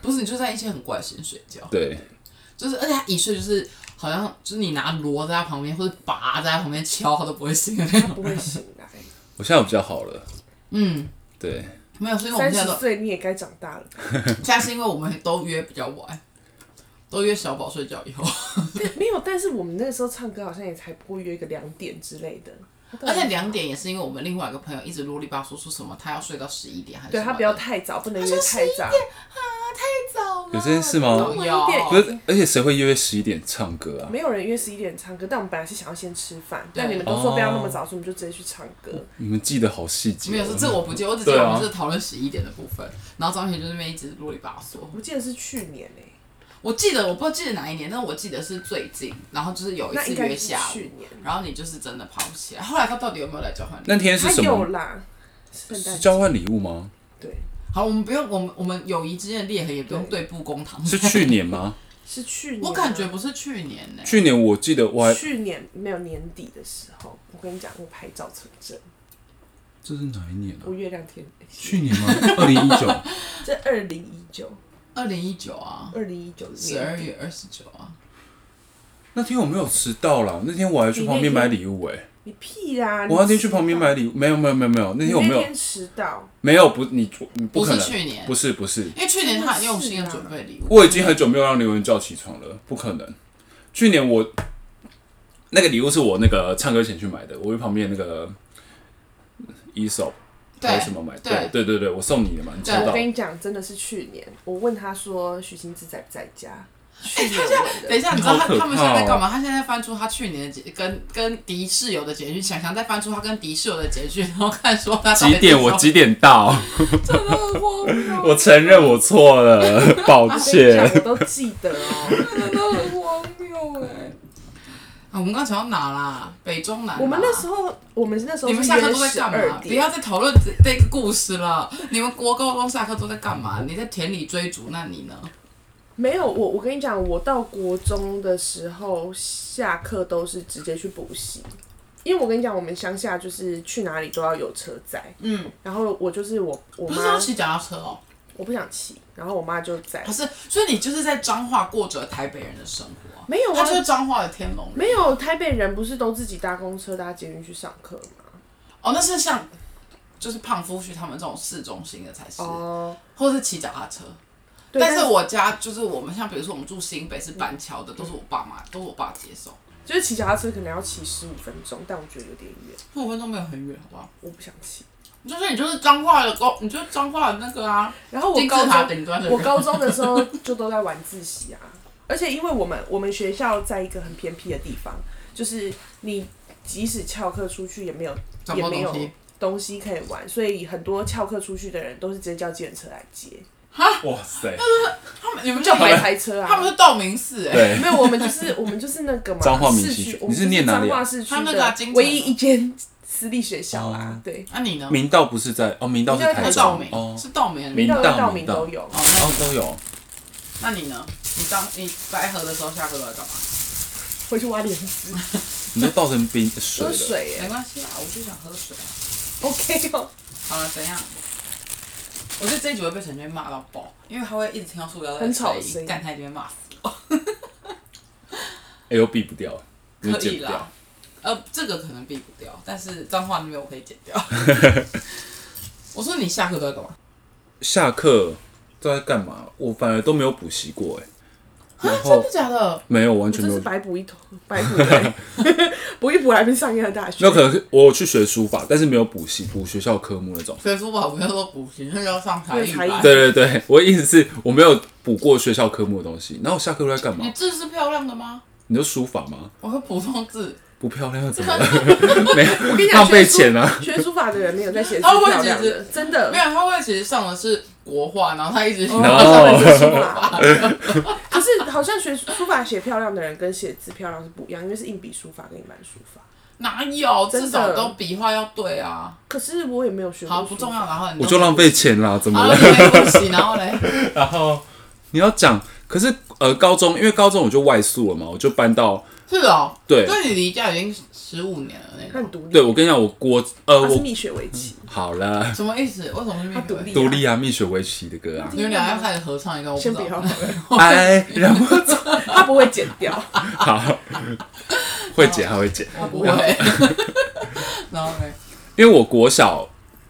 [SPEAKER 3] 不是，你就在一些很怪的时间睡觉，
[SPEAKER 2] 对，
[SPEAKER 3] 就是而且他一睡就是好像就是你拿锣在他旁边或者拔在他旁边敲，他都不会醒的那
[SPEAKER 1] 他
[SPEAKER 3] 种。
[SPEAKER 1] 不会醒 来，
[SPEAKER 2] 我现在比较好了，
[SPEAKER 3] 嗯，
[SPEAKER 2] 对，
[SPEAKER 3] 没有，是因为我
[SPEAKER 1] 三
[SPEAKER 3] 们现
[SPEAKER 1] 十
[SPEAKER 3] 在都
[SPEAKER 1] 岁你也该长大了。
[SPEAKER 3] 现在是因为我们都约比较晚，都约小宝睡觉 以后，
[SPEAKER 1] 没有，但是我们那个时候唱歌好像也才不会约一个两点之类的。
[SPEAKER 3] 而且两点也是因为我们另外一个朋友一直啰里吧嗦说什么他要睡到十一点还是
[SPEAKER 1] 对
[SPEAKER 3] 什么
[SPEAKER 1] 他
[SPEAKER 3] 的
[SPEAKER 1] 不要太早，不能约太早。
[SPEAKER 2] 有这件事吗？
[SPEAKER 1] 晚
[SPEAKER 3] 有
[SPEAKER 1] 一点
[SPEAKER 2] 不是，而且谁会约十一点唱歌啊？
[SPEAKER 1] 没有人约十一点唱歌，但我们本来是想要先吃饭，
[SPEAKER 3] 对哦嗯
[SPEAKER 1] 但你们都说不要那么早，所以我们就直接去唱歌。
[SPEAKER 2] 你们记得好细节哦。
[SPEAKER 3] 没有，是这我不记得，我只记
[SPEAKER 2] 啊
[SPEAKER 3] 得我们是讨论十一点的部分，然后张学就那边一直啰里吧嗦。
[SPEAKER 1] 我记得是去年诶、
[SPEAKER 3] 我记得我不知道记得哪一年，但我记得是最近，然后就是有一
[SPEAKER 1] 那
[SPEAKER 3] 次
[SPEAKER 1] 应该
[SPEAKER 3] 约
[SPEAKER 1] 是
[SPEAKER 3] 下午
[SPEAKER 1] 去，年。
[SPEAKER 3] 然后你就是真的跑不起来。后来他到底有没有来交换礼物？
[SPEAKER 2] 那天是
[SPEAKER 1] 他
[SPEAKER 2] 什
[SPEAKER 1] 有
[SPEAKER 2] 么？
[SPEAKER 1] 啦，圣
[SPEAKER 2] 是
[SPEAKER 1] 诞
[SPEAKER 2] 交
[SPEAKER 1] 节
[SPEAKER 2] 换礼物吗？
[SPEAKER 1] 对，
[SPEAKER 3] 好，我们不用，我们我们友谊之间的裂痕也不用对簿公堂。
[SPEAKER 2] 是去年吗？
[SPEAKER 1] 是去年啊。
[SPEAKER 3] 我感觉不是去年呢、
[SPEAKER 2] 去年我记得我还
[SPEAKER 1] 去年没有年底的时候，我跟你讲，我拍照存证，
[SPEAKER 2] 这是哪一年啊
[SPEAKER 1] 我？月亮天，哎
[SPEAKER 2] 嗯去年吗？二零一九。
[SPEAKER 1] 这二零一九，
[SPEAKER 3] 二零一九啊，
[SPEAKER 1] 二零一九
[SPEAKER 3] 十二月二十九啊，
[SPEAKER 2] 那天我没有迟到啦，那天我还去旁边买礼物哎、
[SPEAKER 1] 你屁啦！
[SPEAKER 2] 我那天去
[SPEAKER 1] 你迟到
[SPEAKER 2] 旁边，买礼物，没有没有没有没有，那
[SPEAKER 1] 你
[SPEAKER 2] 天我没
[SPEAKER 1] 那
[SPEAKER 2] 有
[SPEAKER 1] 天迟到，
[SPEAKER 2] 没有不你你不
[SPEAKER 3] 不
[SPEAKER 2] 可
[SPEAKER 3] 是
[SPEAKER 2] 能，
[SPEAKER 3] 去年，
[SPEAKER 2] 不是不是，
[SPEAKER 3] 因为去年他很用心的准备礼物。
[SPEAKER 2] 我已经很久没有让刘文叫起床了，不可能。去年我那个礼物是我那个唱歌前去买的，我去旁边那个 e s o
[SPEAKER 3] 对
[SPEAKER 2] 还是什么买？对对
[SPEAKER 3] 对
[SPEAKER 2] 对对，我送你的嘛，你知
[SPEAKER 3] 对
[SPEAKER 1] 我
[SPEAKER 2] 道
[SPEAKER 1] 跟。你讲，真的是去年，我问他说许晴志在不在家，去年问
[SPEAKER 3] 等
[SPEAKER 1] 的，
[SPEAKER 3] 一下，你知道他
[SPEAKER 2] 好可怕哦
[SPEAKER 3] 他们现在在干嘛？他现在翻出他去年的节跟跟敌室友的简讯，想想再翻出他跟敌室友的简讯，然后看说他到底
[SPEAKER 2] 几点
[SPEAKER 3] 是
[SPEAKER 2] 我
[SPEAKER 3] 什么
[SPEAKER 2] 几点到？
[SPEAKER 3] 真的很荒谬，
[SPEAKER 2] 我承认我错了，抱
[SPEAKER 1] 啊跟你讲
[SPEAKER 2] 歉。
[SPEAKER 1] 我都记得 哦。
[SPEAKER 3] 真的很荒谬哎、啊，我们刚才讲到哪啦？北中南啦。
[SPEAKER 1] 我们那时候，我们那时候
[SPEAKER 3] 你们下课都在
[SPEAKER 1] 是
[SPEAKER 3] 干嘛
[SPEAKER 1] 12？点
[SPEAKER 3] 不要再讨论这这个故事了。你们国高中下课都在干嘛？你在田里追逐，那你呢？
[SPEAKER 1] 没有，我我跟你讲，我到国中的时候，下课都是直接去补习，因为我跟你讲，我们乡下就是去哪里都要有车载，
[SPEAKER 3] 嗯，
[SPEAKER 1] 然后我就是我我
[SPEAKER 3] 不是要
[SPEAKER 1] 妈，
[SPEAKER 3] 骑脚踏车哦，
[SPEAKER 1] 我不想骑，然后我妈就载
[SPEAKER 3] 可，是所以你就是在彰化过着台北人的生活啊，
[SPEAKER 1] 没有
[SPEAKER 3] 他
[SPEAKER 1] 啊，
[SPEAKER 3] 就是彰化的天龙人。
[SPEAKER 1] 没有台北人不是都自己搭公车搭捷运去上课吗？
[SPEAKER 3] 哦，那是像就是胖夫婿他们这种市中心的才是，
[SPEAKER 1] 哦，
[SPEAKER 3] 或是骑脚踏车。
[SPEAKER 1] 对
[SPEAKER 3] 但是我家就是我们像比如说我们住新北是板桥的，都是我爸妈，都是我爸接送，
[SPEAKER 1] 就是骑脚踏车可能要骑十五分钟，但我觉得有点远，
[SPEAKER 3] 五分钟没有很远，好不好？
[SPEAKER 1] 我不想骑。
[SPEAKER 3] 就是你就是彰化的高，你就是彰化的那个啊，
[SPEAKER 1] 然后我
[SPEAKER 3] 金字
[SPEAKER 1] 高
[SPEAKER 3] 塔
[SPEAKER 1] 中
[SPEAKER 3] 顶端的 人
[SPEAKER 1] 我高中的时候就都在晚自习啊，而且因为我们我们学校在一个很偏僻的地方，就是你即使翘课出去也没有
[SPEAKER 3] 找不
[SPEAKER 1] 也
[SPEAKER 3] 到
[SPEAKER 1] 没
[SPEAKER 3] 东
[SPEAKER 1] 有
[SPEAKER 3] 西。
[SPEAKER 1] 东西可以玩，所以很多翘课出去的人都是直接叫计程车来接，
[SPEAKER 2] 哇塞，
[SPEAKER 3] 他们你们
[SPEAKER 1] 叫
[SPEAKER 3] 叫
[SPEAKER 1] 白
[SPEAKER 3] 白，
[SPEAKER 1] 牌车
[SPEAKER 3] 他们
[SPEAKER 1] 啊。
[SPEAKER 3] 是道明寺哎、欸，
[SPEAKER 2] 对
[SPEAKER 1] 没有，我们就是我们就是那个嘛，
[SPEAKER 2] 彰化民
[SPEAKER 1] 市
[SPEAKER 2] 系
[SPEAKER 1] 区
[SPEAKER 2] 学，
[SPEAKER 1] 我们
[SPEAKER 2] 你是念哪里啊
[SPEAKER 1] 彰化市区
[SPEAKER 3] 他那个啊
[SPEAKER 1] 的
[SPEAKER 3] 金城
[SPEAKER 1] 唯一一间私立学校啊
[SPEAKER 2] 哦，
[SPEAKER 1] 对，
[SPEAKER 3] 那、你呢？
[SPEAKER 2] 明道不是在哦，明道是
[SPEAKER 1] 明道
[SPEAKER 2] 台
[SPEAKER 3] 是
[SPEAKER 1] 在
[SPEAKER 3] 道
[SPEAKER 2] 中
[SPEAKER 3] 明，
[SPEAKER 2] 哦，
[SPEAKER 3] 是道明还是
[SPEAKER 2] 明
[SPEAKER 1] 到
[SPEAKER 2] 道
[SPEAKER 1] 到
[SPEAKER 2] 明
[SPEAKER 1] 明
[SPEAKER 2] 道
[SPEAKER 1] 都有。
[SPEAKER 3] 哦，
[SPEAKER 2] 哦都有。
[SPEAKER 3] 那你呢？你当你白河的时候下课都在干嘛？
[SPEAKER 1] 回去挖莲子，
[SPEAKER 2] 你都倒成冰水
[SPEAKER 1] 喝
[SPEAKER 2] 了。
[SPEAKER 1] 水
[SPEAKER 3] 没
[SPEAKER 1] 耶
[SPEAKER 3] 关系啊，我就想喝水啊。
[SPEAKER 1] ，OK 哦。
[SPEAKER 3] 好了，怎样？我觉得这一集会被陈娟骂到爆，因为他会一直听到塑料袋
[SPEAKER 1] 很吵的声
[SPEAKER 3] 音，
[SPEAKER 1] 音
[SPEAKER 3] 干他一定会骂死。
[SPEAKER 2] 哎呦，避不掉，你
[SPEAKER 3] 可
[SPEAKER 2] 剪
[SPEAKER 3] 以
[SPEAKER 2] 不掉
[SPEAKER 3] 啦。，呃，这个可能避不掉，但是脏话那边我可以剪 掉。我说你下课都在干嘛？
[SPEAKER 2] 下课都在干嘛？我反而都没有补习过哎、然
[SPEAKER 3] 真
[SPEAKER 2] 后
[SPEAKER 3] 的假的？
[SPEAKER 2] 没有完
[SPEAKER 1] 啊我
[SPEAKER 2] 全
[SPEAKER 1] 真
[SPEAKER 2] 没
[SPEAKER 1] 是
[SPEAKER 2] 有。
[SPEAKER 1] 白补一头， 白补的，补一补还没上一样大学。
[SPEAKER 2] 那可能是我有去学书法，但是没有补习补学校科目那种。
[SPEAKER 3] 学珠宝不要说补习，那要上才艺
[SPEAKER 1] 对才
[SPEAKER 3] 班
[SPEAKER 1] 艺。
[SPEAKER 2] 对对对，我意思是我没有补过学校科目的东西。然后我下课都在干
[SPEAKER 3] 你
[SPEAKER 2] 嘛？
[SPEAKER 3] 字是漂亮的吗？
[SPEAKER 2] 你说书法吗？
[SPEAKER 3] 我会普通字，
[SPEAKER 2] 不漂亮啊怎 么了？没有，
[SPEAKER 1] 我跟你讲，
[SPEAKER 2] 浪费
[SPEAKER 1] 学书
[SPEAKER 2] 钱啊！
[SPEAKER 1] 学书法的人没有在写字
[SPEAKER 3] 他会不会
[SPEAKER 1] 漂亮
[SPEAKER 3] 其实
[SPEAKER 1] 的，真
[SPEAKER 3] 没
[SPEAKER 1] 的。
[SPEAKER 3] 有，他会其实上的是国画，然后他一直
[SPEAKER 1] 哦
[SPEAKER 2] 然后
[SPEAKER 1] 上面是书法，可是好像学书法写漂亮的人跟写字漂亮是不一样，因为是硬笔书法跟一般书法。
[SPEAKER 3] 哪有，
[SPEAKER 1] 真的
[SPEAKER 3] 至少都笔画要对啊。
[SPEAKER 1] 可是我也没有学过。
[SPEAKER 3] 好，不重要。。然后你
[SPEAKER 2] 我
[SPEAKER 3] 都
[SPEAKER 2] 就浪费钱啦，怎么
[SPEAKER 3] 好
[SPEAKER 2] 了
[SPEAKER 3] 了，？
[SPEAKER 1] 啊
[SPEAKER 3] 你可以补习，然后嘞，
[SPEAKER 2] 然后你要讲，可是呃，高中因为高中我就外宿了嘛，我就搬到
[SPEAKER 3] 是哦，
[SPEAKER 2] 对
[SPEAKER 3] 所以你离家已经十五年了那
[SPEAKER 1] 他
[SPEAKER 3] 种，
[SPEAKER 1] 很独立，啊
[SPEAKER 2] 对我跟你讲，我国呃
[SPEAKER 1] 他是
[SPEAKER 2] 我
[SPEAKER 1] 蜜雪围棋，
[SPEAKER 2] 好了，
[SPEAKER 3] 什么意思？为什么是
[SPEAKER 1] 他独
[SPEAKER 3] 蜜
[SPEAKER 1] 立
[SPEAKER 3] 月？
[SPEAKER 1] 啊，
[SPEAKER 2] 独立啊，蜜雪围棋的歌啊，
[SPEAKER 3] 你们俩要开始合唱一段，我不
[SPEAKER 1] 先
[SPEAKER 3] 知
[SPEAKER 1] 不
[SPEAKER 3] 道
[SPEAKER 1] 要，，
[SPEAKER 2] 哎，然后
[SPEAKER 1] 他不会剪掉。
[SPEAKER 2] 好，会剪还会剪，
[SPEAKER 3] 我不会。 然后嘞，
[SPEAKER 2] 因为我国小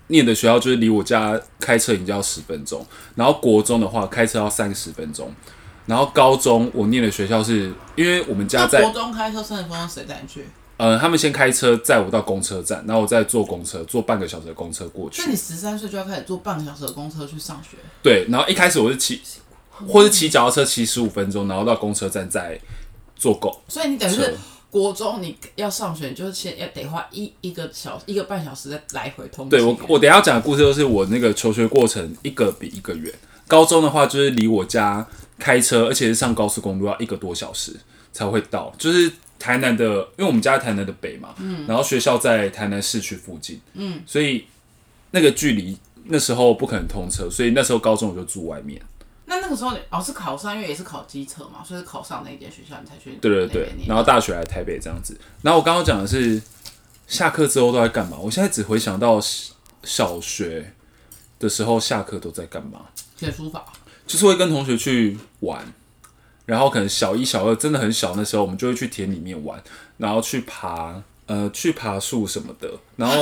[SPEAKER 2] 念的学校就是离我家开车已经要十分钟，然后国中的话开车要三十分钟，然后高中我念的学校是因为我们家
[SPEAKER 3] 那
[SPEAKER 2] 在
[SPEAKER 3] 国中开车三十分钟，谁带你去？
[SPEAKER 2] 呃，他们先开车载我到公车站，然后我再坐公车，坐半个小时的公车过去
[SPEAKER 3] 所以。你十三岁就要开始坐半个小时的公车去上学，
[SPEAKER 2] 对，然后一开始我是骑，或是骑脚踏车骑十五分钟，然后到公车站再坐狗
[SPEAKER 3] 所以你等于
[SPEAKER 2] 车
[SPEAKER 3] 是。国中你要上学，你就是先要得花一一个小一个半小时再来回通勤。
[SPEAKER 2] 对我，我等一下要讲的故事就是我那个求学过程一个比一个远。高中的话就是离我家开车，而且是上高速公路要一个多小时才会到，就是台南的，因为我们家在台南的北嘛，嗯，然后学校在台南市区附近，嗯，所以那个距离那时候不可能通车，所以那时候高中我就住外面。
[SPEAKER 3] 那那个时候你哦是考上，因为也是考机测嘛，所以是考上那间学校你才去
[SPEAKER 2] 对对
[SPEAKER 3] 那边
[SPEAKER 2] 对，
[SPEAKER 3] 念
[SPEAKER 2] 然后大学来台北这样子。然后我刚刚讲的是下课之后都在干嘛？我现在只回想到小小学的时候下课都在干嘛，
[SPEAKER 3] 写书法。
[SPEAKER 2] 就是会跟同学去玩，然后可能小一、小二真的很小，那时候我们就会去田里面玩，然后去爬呃去爬树什么的。然后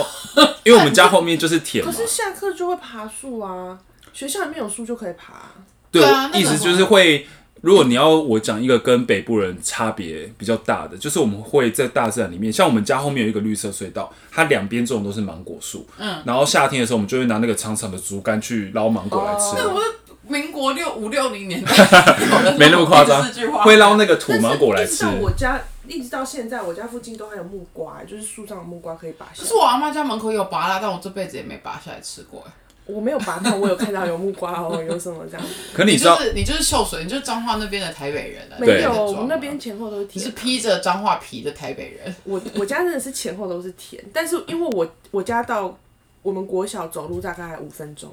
[SPEAKER 2] 因为我们家后面就是田嘛
[SPEAKER 1] 可，是下课就会爬树啊，学校里面有树就可以爬。
[SPEAKER 2] 对，
[SPEAKER 3] 对啊
[SPEAKER 2] 我
[SPEAKER 3] 那
[SPEAKER 2] 意
[SPEAKER 3] 个
[SPEAKER 2] 思就
[SPEAKER 3] 时
[SPEAKER 2] 是
[SPEAKER 3] 候
[SPEAKER 2] 会。如果你要我讲一个跟北部人差别比较大的，就是我们会在大自然里面，像我们家后面有一个绿色隧道，它两边种都是芒果树，嗯，然后夏天的时候我们就会拿那个长长的竹竿去捞芒果来吃。
[SPEAKER 3] 那我民国六五六零年代 有的
[SPEAKER 2] 没那么夸张
[SPEAKER 3] 四句话，
[SPEAKER 2] 会捞那个土
[SPEAKER 1] 但是
[SPEAKER 2] 芒果来
[SPEAKER 1] 一直
[SPEAKER 2] 吃
[SPEAKER 1] 到。我家，一直到现在，我家附近都还有木瓜，就是树上的木瓜可以拔下
[SPEAKER 3] 可。是我阿妈家门口有拔啦，但我这辈子也没拔下来吃过。哎
[SPEAKER 1] 我没有拔，但我有看到有木瓜哦，有什么这样子？
[SPEAKER 2] 可 你
[SPEAKER 3] 你
[SPEAKER 2] 知道
[SPEAKER 3] 就，是你就是秀水，你就是彰化那边的台北人了。
[SPEAKER 1] 没
[SPEAKER 2] 对
[SPEAKER 1] 有，我
[SPEAKER 3] 你
[SPEAKER 1] 们那边前后都是
[SPEAKER 3] 你是
[SPEAKER 1] 甜。
[SPEAKER 3] 披着彰化皮的台北人。
[SPEAKER 1] 我我家真的是前后都是甜，但是因为我我家到我们国小走路大概五分钟，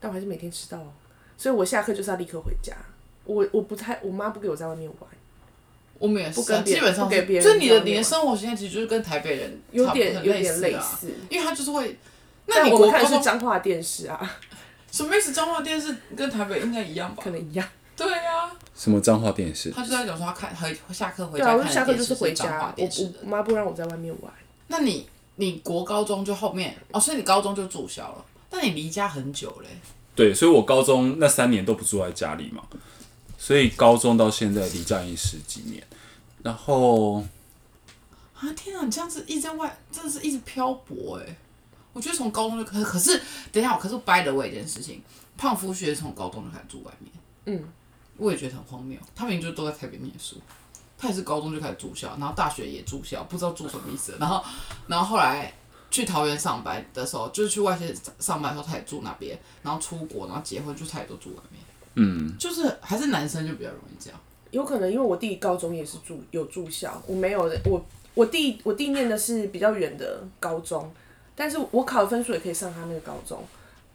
[SPEAKER 1] 但我还是每天吃到哦，所以我下课就是要立刻回家。我我不太，我妈不给我在外面玩，
[SPEAKER 3] 我们也是
[SPEAKER 1] 不跟
[SPEAKER 3] 啊，
[SPEAKER 1] 别
[SPEAKER 3] 基
[SPEAKER 1] 人
[SPEAKER 3] 本上
[SPEAKER 1] 不给别
[SPEAKER 3] 是，
[SPEAKER 1] 人
[SPEAKER 3] 所以你的
[SPEAKER 1] 交流
[SPEAKER 3] 你的生活形态其实就是跟台北人
[SPEAKER 1] 有
[SPEAKER 3] 差不多
[SPEAKER 1] 点有点
[SPEAKER 3] 类
[SPEAKER 1] 类
[SPEAKER 3] 啊，
[SPEAKER 1] 似。
[SPEAKER 3] 因为他就是会。那
[SPEAKER 1] 但
[SPEAKER 3] 你
[SPEAKER 1] 我们
[SPEAKER 3] 国
[SPEAKER 1] 看的
[SPEAKER 3] 高
[SPEAKER 1] 是
[SPEAKER 3] 中
[SPEAKER 1] 彰化电视啊，
[SPEAKER 3] 什么意思？彰化电视跟台北应该一样吧
[SPEAKER 1] 可？能一样。
[SPEAKER 3] 对啊，
[SPEAKER 2] 什么彰化电视？
[SPEAKER 3] 他就在讲说他看回下课回
[SPEAKER 1] 对
[SPEAKER 3] 家
[SPEAKER 1] 啊，
[SPEAKER 3] 看
[SPEAKER 1] 我就
[SPEAKER 3] 的电视
[SPEAKER 1] 下课就是回
[SPEAKER 3] 彰化
[SPEAKER 1] 家，我
[SPEAKER 3] 电视的
[SPEAKER 1] 我妈不让我在外面玩。
[SPEAKER 3] 那你你国高中就后面哦，所以你高中就住校了，但你离家很久嘞。
[SPEAKER 2] 对，所以我高中那三年都不住在家里嘛，所以高中到现在离家已经十几年。然后
[SPEAKER 3] 啊天啊，你这样子一直在外，真的是一直漂泊哎、我觉得从高中就可可是，等一下，可是掰了我一件事情，胖夫学从高中就开始住外面，
[SPEAKER 1] 嗯，
[SPEAKER 3] 我也觉得很荒谬。他明明就都在台北念书，他也是高中就开始住校，然后大学也住校，不知道住什么意思。然后，然后后来去桃园上班的时候，就是去外县上班的时候，他也住那边，然后出国，然后结婚，就他也都住外面。
[SPEAKER 2] 嗯，
[SPEAKER 3] 就是还是男生就比较容易这样。
[SPEAKER 1] 有可能因为我弟高中也是住有住校，我没有的，我我弟我弟念的是比较远的高中，但是我考的分数也可以上他那个高中，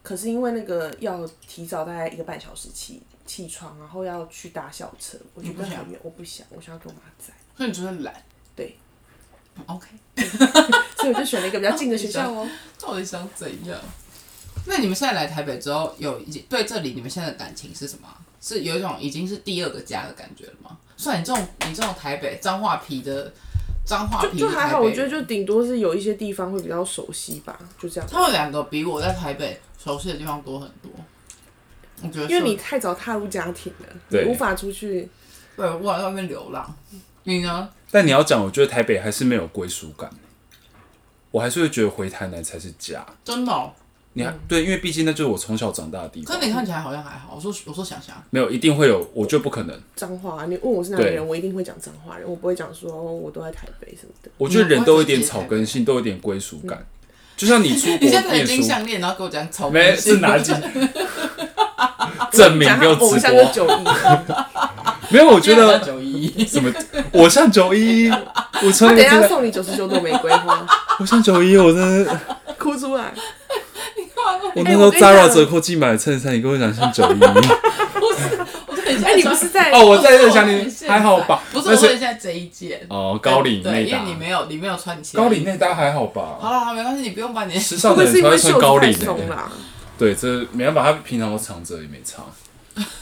[SPEAKER 1] 可是因为那个要提早大概一个半小时起起床，然后要去搭校车，我觉
[SPEAKER 3] 你不
[SPEAKER 1] 得
[SPEAKER 3] 想
[SPEAKER 1] 很远，我不想，我想要跟我妈在，
[SPEAKER 3] 所以你就是懒。
[SPEAKER 1] 对
[SPEAKER 3] 嗯，OK。
[SPEAKER 1] 所以我就选了一个比较近的学校哦。
[SPEAKER 3] 到底想怎样？那你们现在来台北之后，有已经对这里你们现在的感情是什么啊？是有一种已经是第二个家的感觉了吗？算你这种你这种台北彰化皮的彰化
[SPEAKER 1] 就
[SPEAKER 3] 皮
[SPEAKER 1] 就
[SPEAKER 3] 的
[SPEAKER 1] 还
[SPEAKER 3] 啊台
[SPEAKER 1] 好，
[SPEAKER 3] 北
[SPEAKER 1] 我觉得就顶多是有一些地方会比较熟悉吧，就这样。
[SPEAKER 3] 他们两个比我在台北熟悉的地方多很多。我觉得是
[SPEAKER 1] 因为你太早踏入家庭了，你
[SPEAKER 2] 对
[SPEAKER 1] 无法出去。
[SPEAKER 3] 对我在外面流浪，你呢？
[SPEAKER 2] 但你要讲，我觉得台北还是没有归属感，我还是会觉得回台南才是家。
[SPEAKER 3] 真的哦、
[SPEAKER 2] 你还、对，因为毕竟那就是我从小长大的地
[SPEAKER 3] 可
[SPEAKER 2] 方，
[SPEAKER 3] 是你看起来好像还好。我说我说想想，
[SPEAKER 2] 没有一定会有，我觉得不可能。
[SPEAKER 1] 脏话、啊你问我是哪里
[SPEAKER 2] 对
[SPEAKER 1] 人，我一定会讲脏话人，我不会讲说哦我都在台北什么的。
[SPEAKER 2] 我觉得人都有一点草根性，都有一点归属
[SPEAKER 3] 嗯
[SPEAKER 2] 感。就像你出
[SPEAKER 3] 你
[SPEAKER 2] 国
[SPEAKER 3] 现在
[SPEAKER 2] 念
[SPEAKER 3] 有金
[SPEAKER 2] 书，
[SPEAKER 3] 项链，然后给我讲草根
[SPEAKER 2] 没
[SPEAKER 3] 性
[SPEAKER 2] 是哪几 证明
[SPEAKER 1] 讲
[SPEAKER 2] 给我
[SPEAKER 1] 他偶
[SPEAKER 2] 直
[SPEAKER 1] 像就
[SPEAKER 2] 播？
[SPEAKER 1] 九一，
[SPEAKER 2] 没有，我
[SPEAKER 3] 我觉
[SPEAKER 2] 觉
[SPEAKER 3] 得
[SPEAKER 2] 得
[SPEAKER 3] 九一，
[SPEAKER 2] 什么？我像九一，我从
[SPEAKER 1] 他
[SPEAKER 2] 来
[SPEAKER 1] 等一
[SPEAKER 2] 真
[SPEAKER 1] 下
[SPEAKER 2] 的，
[SPEAKER 1] 送你九十九朵玫瑰花，
[SPEAKER 2] 我像九一，我真的，
[SPEAKER 1] 哭出来。
[SPEAKER 2] 我那时候
[SPEAKER 1] 哎我跟你讲
[SPEAKER 2] Zara 折扣季买的衬衫，你跟我讲像九一。
[SPEAKER 1] 哎、你不是在
[SPEAKER 2] 哦，我在这想
[SPEAKER 3] 我
[SPEAKER 2] 你
[SPEAKER 3] 现在
[SPEAKER 2] 还好吧？
[SPEAKER 3] 不是
[SPEAKER 2] 那
[SPEAKER 3] 我问一下这一件
[SPEAKER 2] 哦，高领
[SPEAKER 3] 对，
[SPEAKER 2] 内
[SPEAKER 3] 因为
[SPEAKER 2] 搭
[SPEAKER 3] 你，没有你没有穿起来
[SPEAKER 2] 高领内搭还好
[SPEAKER 3] 好
[SPEAKER 2] 吧？
[SPEAKER 3] 了，好了没关系，你不用把你
[SPEAKER 2] 时
[SPEAKER 1] 会
[SPEAKER 2] 尚
[SPEAKER 1] 不
[SPEAKER 2] 的
[SPEAKER 1] 会是因
[SPEAKER 2] 人才
[SPEAKER 1] 为
[SPEAKER 2] 会
[SPEAKER 1] 袖
[SPEAKER 2] 穿高
[SPEAKER 1] 子太
[SPEAKER 2] 领欸
[SPEAKER 1] 松
[SPEAKER 2] 的。
[SPEAKER 1] 啦？
[SPEAKER 2] 对，这没办法，他平常都藏着也没 藏。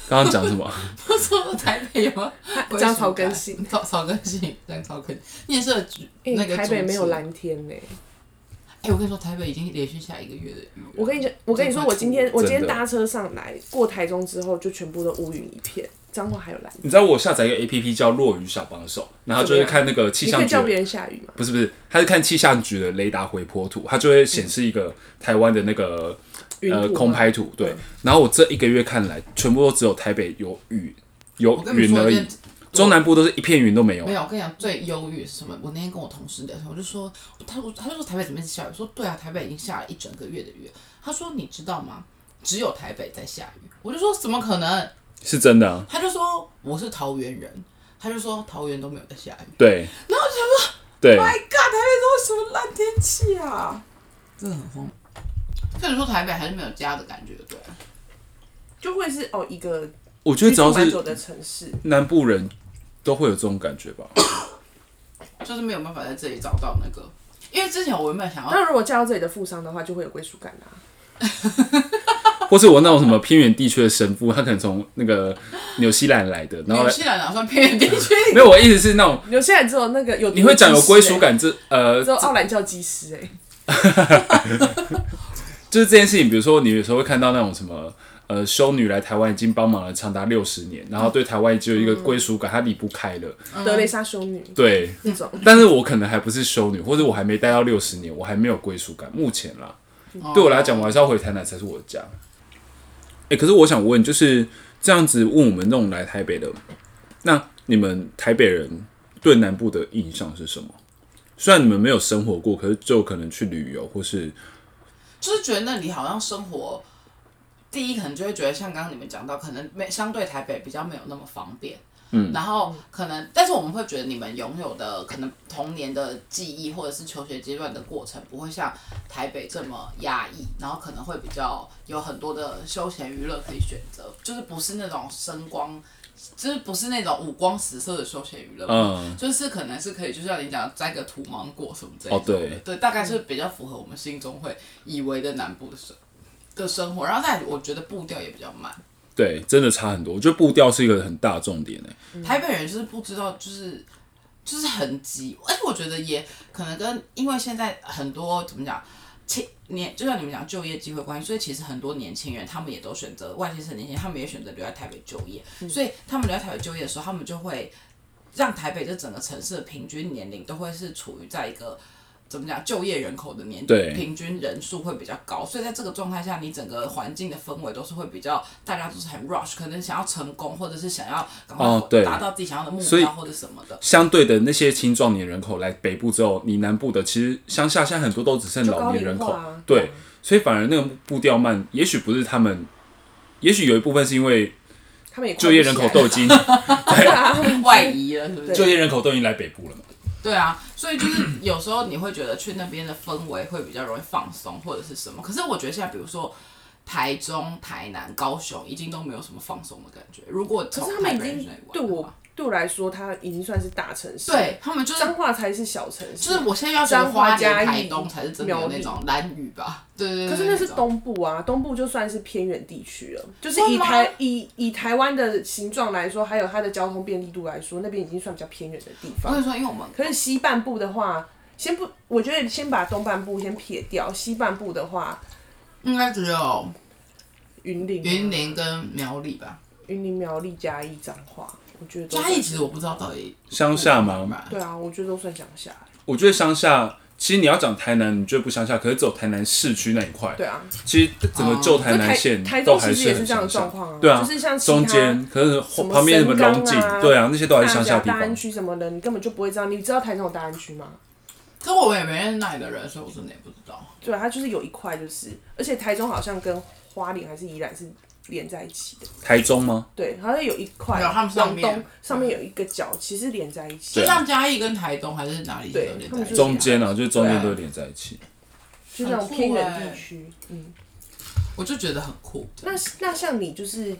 [SPEAKER 2] 刚刚讲什么？
[SPEAKER 3] 不是我说台北有 没有
[SPEAKER 1] 讲草根性，
[SPEAKER 3] 草草根性，讲草根，你也是有举
[SPEAKER 1] 哎、
[SPEAKER 3] 那个
[SPEAKER 1] 台北
[SPEAKER 3] 主
[SPEAKER 1] 没有
[SPEAKER 3] 持。
[SPEAKER 1] 蓝天欸呢、
[SPEAKER 3] 哎，我跟你说，台北已经连续下一个月的雨了。
[SPEAKER 1] 我跟你讲，我跟你说，我今天我今天
[SPEAKER 2] 真的
[SPEAKER 1] 搭车上来，过台中之后就全部都乌云一片，彰化还有蓝天。
[SPEAKER 2] 你知道我下载一个 A P P 叫落雨小帮手，然后就是看那个气
[SPEAKER 1] 你可
[SPEAKER 2] 象
[SPEAKER 1] 以
[SPEAKER 2] 局
[SPEAKER 1] 叫别
[SPEAKER 2] 的，
[SPEAKER 1] 人下雨吗？
[SPEAKER 2] 不是不是，它是看气象局的雷达回波图，它就会显示一个台湾的那个
[SPEAKER 3] 嗯
[SPEAKER 1] 云
[SPEAKER 2] 呃
[SPEAKER 1] 图吗
[SPEAKER 2] 空拍图。对，然后我这一个月看来，全部都只有台北有雨有
[SPEAKER 3] 我跟你
[SPEAKER 2] 云
[SPEAKER 3] 说
[SPEAKER 2] 而
[SPEAKER 3] 一
[SPEAKER 2] 已
[SPEAKER 3] 件，
[SPEAKER 2] 中南部都是一片云都没有
[SPEAKER 3] 没。有，我跟你讲最忧郁是什么？我那天跟我同事聊天，我就说，他说他就说台北怎么一直下雨？我说对啊，台北已经下了一整个月的雨了。他说你知道吗？只有台北在下雨。我就说怎么可能？
[SPEAKER 2] 是真的啊，
[SPEAKER 3] 他就说我是桃园人，他就说桃园都没有在下雨。
[SPEAKER 2] 对。
[SPEAKER 3] 然后我就想说。
[SPEAKER 2] 对，
[SPEAKER 3] My God，台北都什么烂天气啊！真的很荒谬。所以你说台北还是没有家的感觉，对不对？
[SPEAKER 1] 就会是哦一个
[SPEAKER 2] 我觉
[SPEAKER 1] 居
[SPEAKER 2] 得只要
[SPEAKER 1] 住蛮久
[SPEAKER 2] 是
[SPEAKER 1] 的城市，
[SPEAKER 2] 南部人都会有这种感觉吧。
[SPEAKER 3] 就是没有办法在这里找到那个，因为之前我原本想要，
[SPEAKER 1] 那如果嫁到这里的富商的话，就会有归属感啦、啊
[SPEAKER 2] 或是我那种什么偏远地区的神父，他可能从那个纽西兰来的，然后
[SPEAKER 3] 纽西兰打算偏远地区，
[SPEAKER 2] 没有，我意思是那种
[SPEAKER 1] 有些人只有那个有，
[SPEAKER 2] 你会讲有归属，感，这呃
[SPEAKER 1] 只，有奥兰教技师哎、
[SPEAKER 2] 就是这件事情，比如说你有时候会看到那种什么。呃，修女来台湾已经帮忙了长达六十年，然后对台湾只有一个
[SPEAKER 1] 嗯
[SPEAKER 2] 归属感，她离不开了。
[SPEAKER 3] 嗯
[SPEAKER 1] 德雷莎修女
[SPEAKER 2] 对，
[SPEAKER 1] 那种，
[SPEAKER 2] 但是我可能还不是修女，或者我还没待到六十年，我还没有归属感。目前啦，对我来讲，我还是要回台南才是我的家。哎、可是我想问，就是这样子问我们这种来台北的，那你们台北人对南部的印象是什么？虽然你们没有生活过，可是就可能去旅游或是
[SPEAKER 3] 就是觉得那里好像生活，第一可能就会觉得像刚刚你们讲到，可能没相对台北比较没有那么方便。嗯，然后可能，但是我们会觉得你们拥有的可能童年的记忆，或者是求学阶段的过程，不会像台北这么压抑，然后可能会比较有很多的休闲娱乐可以选择，就是不是那种声光，就是不是那种五光十色的休闲娱乐，
[SPEAKER 2] 嗯，
[SPEAKER 3] 就是可能是可以，就像你讲摘个土芒果什么之类的。
[SPEAKER 2] 哦对
[SPEAKER 3] 对，大概是比较符合我们心中会以为的南部的生的生活。然后但我觉得步调也比较慢，
[SPEAKER 2] 对，真的差很多。我觉得步调是一个很大的重点诶、欸
[SPEAKER 3] 台北人就是不知道，就是就是很急，而且我觉得也可能跟因为现在很多怎么讲。青年就像你们讲就业机会关系，所以其实很多年轻人他们也都选择外县市的年轻人，他们也选择留在台北就业，所以他们留在台北就业的时候，他们就会让台北这整个城市的平均年龄都会是处于在一个怎么讲就业人口的年
[SPEAKER 2] 对
[SPEAKER 3] 平均人数会比较高，所以在这个状态下，你整个环境的氛围都是会比较大家都是很 rush，可能想要成功或者是想要赶
[SPEAKER 2] 哦
[SPEAKER 3] 快
[SPEAKER 2] 对
[SPEAKER 3] 达到自己想要的目
[SPEAKER 2] 所以
[SPEAKER 3] 标或者什么的。
[SPEAKER 2] 相对的那些青壮年人口来北部之后，你南部的其实乡下现在很多都只剩
[SPEAKER 1] 就
[SPEAKER 2] 老
[SPEAKER 1] 高
[SPEAKER 2] 年
[SPEAKER 1] 龄
[SPEAKER 2] 人
[SPEAKER 1] 化
[SPEAKER 2] 口，
[SPEAKER 1] 啊，
[SPEAKER 2] 对，所以反而那个步调慢，也许不是他们，也许有一部分是因为
[SPEAKER 1] 他们也
[SPEAKER 2] 就业人口都 已经
[SPEAKER 3] 外移了，是不是？
[SPEAKER 2] 就业人口都已经来北部了嘛。
[SPEAKER 3] 对啊，所以就是有时候你会觉得去那边的氛围会比较容易放松或者是什么，可是我觉得现在比如说台中、台南、高雄已经都没有什么放松的感觉。如果
[SPEAKER 1] 可
[SPEAKER 3] 从
[SPEAKER 1] 是他们
[SPEAKER 3] 台
[SPEAKER 1] 已
[SPEAKER 3] 北人
[SPEAKER 1] 经
[SPEAKER 3] 去那里玩
[SPEAKER 1] 对
[SPEAKER 3] 的
[SPEAKER 1] 我
[SPEAKER 3] 话
[SPEAKER 1] 对我来说，它已经算是大城市。，
[SPEAKER 3] 对他们就是
[SPEAKER 1] 彰化才是小城市。
[SPEAKER 3] 就是我现在要觉得
[SPEAKER 1] 彰化
[SPEAKER 3] 花莲、
[SPEAKER 1] 嘉
[SPEAKER 3] 台
[SPEAKER 1] 义
[SPEAKER 3] 东才是真的有那种蓝雨吧？对对对，
[SPEAKER 1] 可是那是
[SPEAKER 3] 种
[SPEAKER 1] 东部啊，东部就算是偏远地区了，就是
[SPEAKER 3] 会
[SPEAKER 1] 以
[SPEAKER 3] 吗
[SPEAKER 1] 台以以台湾的形状来说，还有它的交通便利度来说，那边已经算比较偏远的地
[SPEAKER 3] 我
[SPEAKER 1] 方。
[SPEAKER 3] 跟你说，因为我们
[SPEAKER 1] 可是西半部的话，先不，我觉得先把东半部先撇掉，西半部的话，
[SPEAKER 3] 应该只有
[SPEAKER 1] 云林、啊
[SPEAKER 3] 云、林跟苗栗吧。
[SPEAKER 1] 云林、苗栗、嘉义、彰化，我觉得都
[SPEAKER 3] 嘉义其实我不知道到底
[SPEAKER 2] 乡下嘛
[SPEAKER 1] 对啊，我觉得都算乡下。欸
[SPEAKER 2] 我觉得乡下，其实你要讲台南，你觉得不乡下，可是走台南市区那一块，
[SPEAKER 1] 对啊，
[SPEAKER 2] 其实整个旧台南县
[SPEAKER 1] 就哦台台
[SPEAKER 2] 都
[SPEAKER 1] 中其
[SPEAKER 2] 还
[SPEAKER 1] 实也
[SPEAKER 2] 很
[SPEAKER 1] 是这样
[SPEAKER 2] 乡
[SPEAKER 1] 的状
[SPEAKER 2] 下。
[SPEAKER 1] 况啊，
[SPEAKER 2] 对啊，
[SPEAKER 1] 就是像其他
[SPEAKER 2] 中间可是
[SPEAKER 1] 什么
[SPEAKER 2] 旁边什么龙井
[SPEAKER 1] 神冈，啊
[SPEAKER 2] 对啊，那些都还是
[SPEAKER 1] 大
[SPEAKER 2] 乡
[SPEAKER 1] 甲
[SPEAKER 2] 下地
[SPEAKER 1] 大安
[SPEAKER 2] 方。
[SPEAKER 1] 区什么的，你根本就不会知道。你知道台中有大安区吗？
[SPEAKER 3] 可我也没认识那里的人，所以我真的也不知道。
[SPEAKER 1] 对，啊它就是有一块，就是而且台中好像跟花莲还是宜兰是连在一起的，
[SPEAKER 2] 台中吗？
[SPEAKER 1] 对，好像有一块
[SPEAKER 3] 有他们上
[SPEAKER 1] 往
[SPEAKER 3] 面
[SPEAKER 1] 东上面有一个角，其实连在一起
[SPEAKER 3] 就
[SPEAKER 1] 的，
[SPEAKER 3] 像嘉义跟台东还是哪里
[SPEAKER 1] 对
[SPEAKER 3] 有点
[SPEAKER 1] 他们
[SPEAKER 3] 在
[SPEAKER 1] 就是
[SPEAKER 2] 啊中间啊，就是中间都连在一起。
[SPEAKER 1] 就那种偏远
[SPEAKER 3] 欸
[SPEAKER 1] 地区。嗯，
[SPEAKER 3] 我就觉得很酷。
[SPEAKER 1] 那那像你就是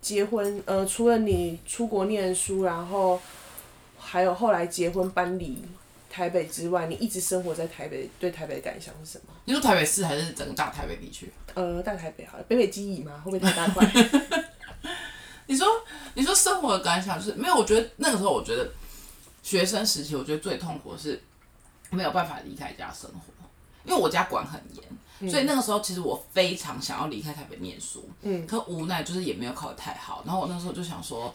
[SPEAKER 1] 结婚，呃，除了你出国念书，然后还有后来结婚搬离台北之外，你一直生活在台北，对台北的感想是什么？
[SPEAKER 3] 你说台北市还是整个大台北地区？
[SPEAKER 1] 呃，大台北好了，北北基宜吗？会不会太大块？
[SPEAKER 3] 你说，你说生活的感想就是没有？我觉得那个时候，我觉得学生时期，我觉得最痛苦的是没有办法离开家生活，因为我家管很
[SPEAKER 1] 嗯
[SPEAKER 3] 严，所以那个时候其实我非常想要离开台北念书，嗯，可无奈就是也没有考得太好。然后我那时候就想说，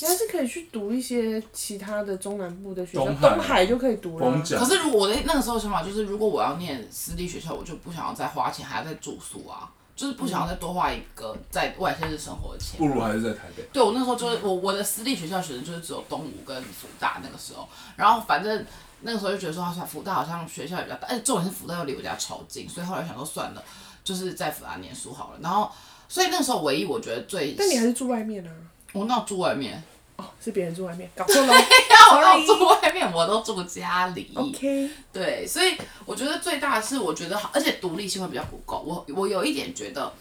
[SPEAKER 1] 你还是可以去读一些其他的中南部的学校，
[SPEAKER 2] 东
[SPEAKER 1] 东
[SPEAKER 2] 海
[SPEAKER 1] 海就可以读了
[SPEAKER 2] 逢
[SPEAKER 1] 啊。
[SPEAKER 2] 甲
[SPEAKER 3] 可是如果我的那个时候想法就是，如果我要念私立学校，我就不想要再花钱，还要再住宿啊，就是不想要再多花一个在外县市生活的钱。
[SPEAKER 2] 如还是在台北。
[SPEAKER 3] 对我那时候就是我我的私立学校学生就是只有东吴跟福大那个时候，然后反正那个时候就觉得说，啊算福大好像学校也比较大，而且重点是福大又离我家超近，所以后来想说算了，就是在福大念书好了。然后所以那个时候唯一我觉得最，
[SPEAKER 1] 但你还是住外面啊？
[SPEAKER 3] 我那住外面，
[SPEAKER 1] 哦，是别人住外面，搞错了。
[SPEAKER 3] 我那
[SPEAKER 1] Sorry
[SPEAKER 3] 住 外面，我都住家里。
[SPEAKER 1] OK，
[SPEAKER 3] 对，所以我觉得最大的是，我觉得好而且独立性会比较不够。我我有一点觉得，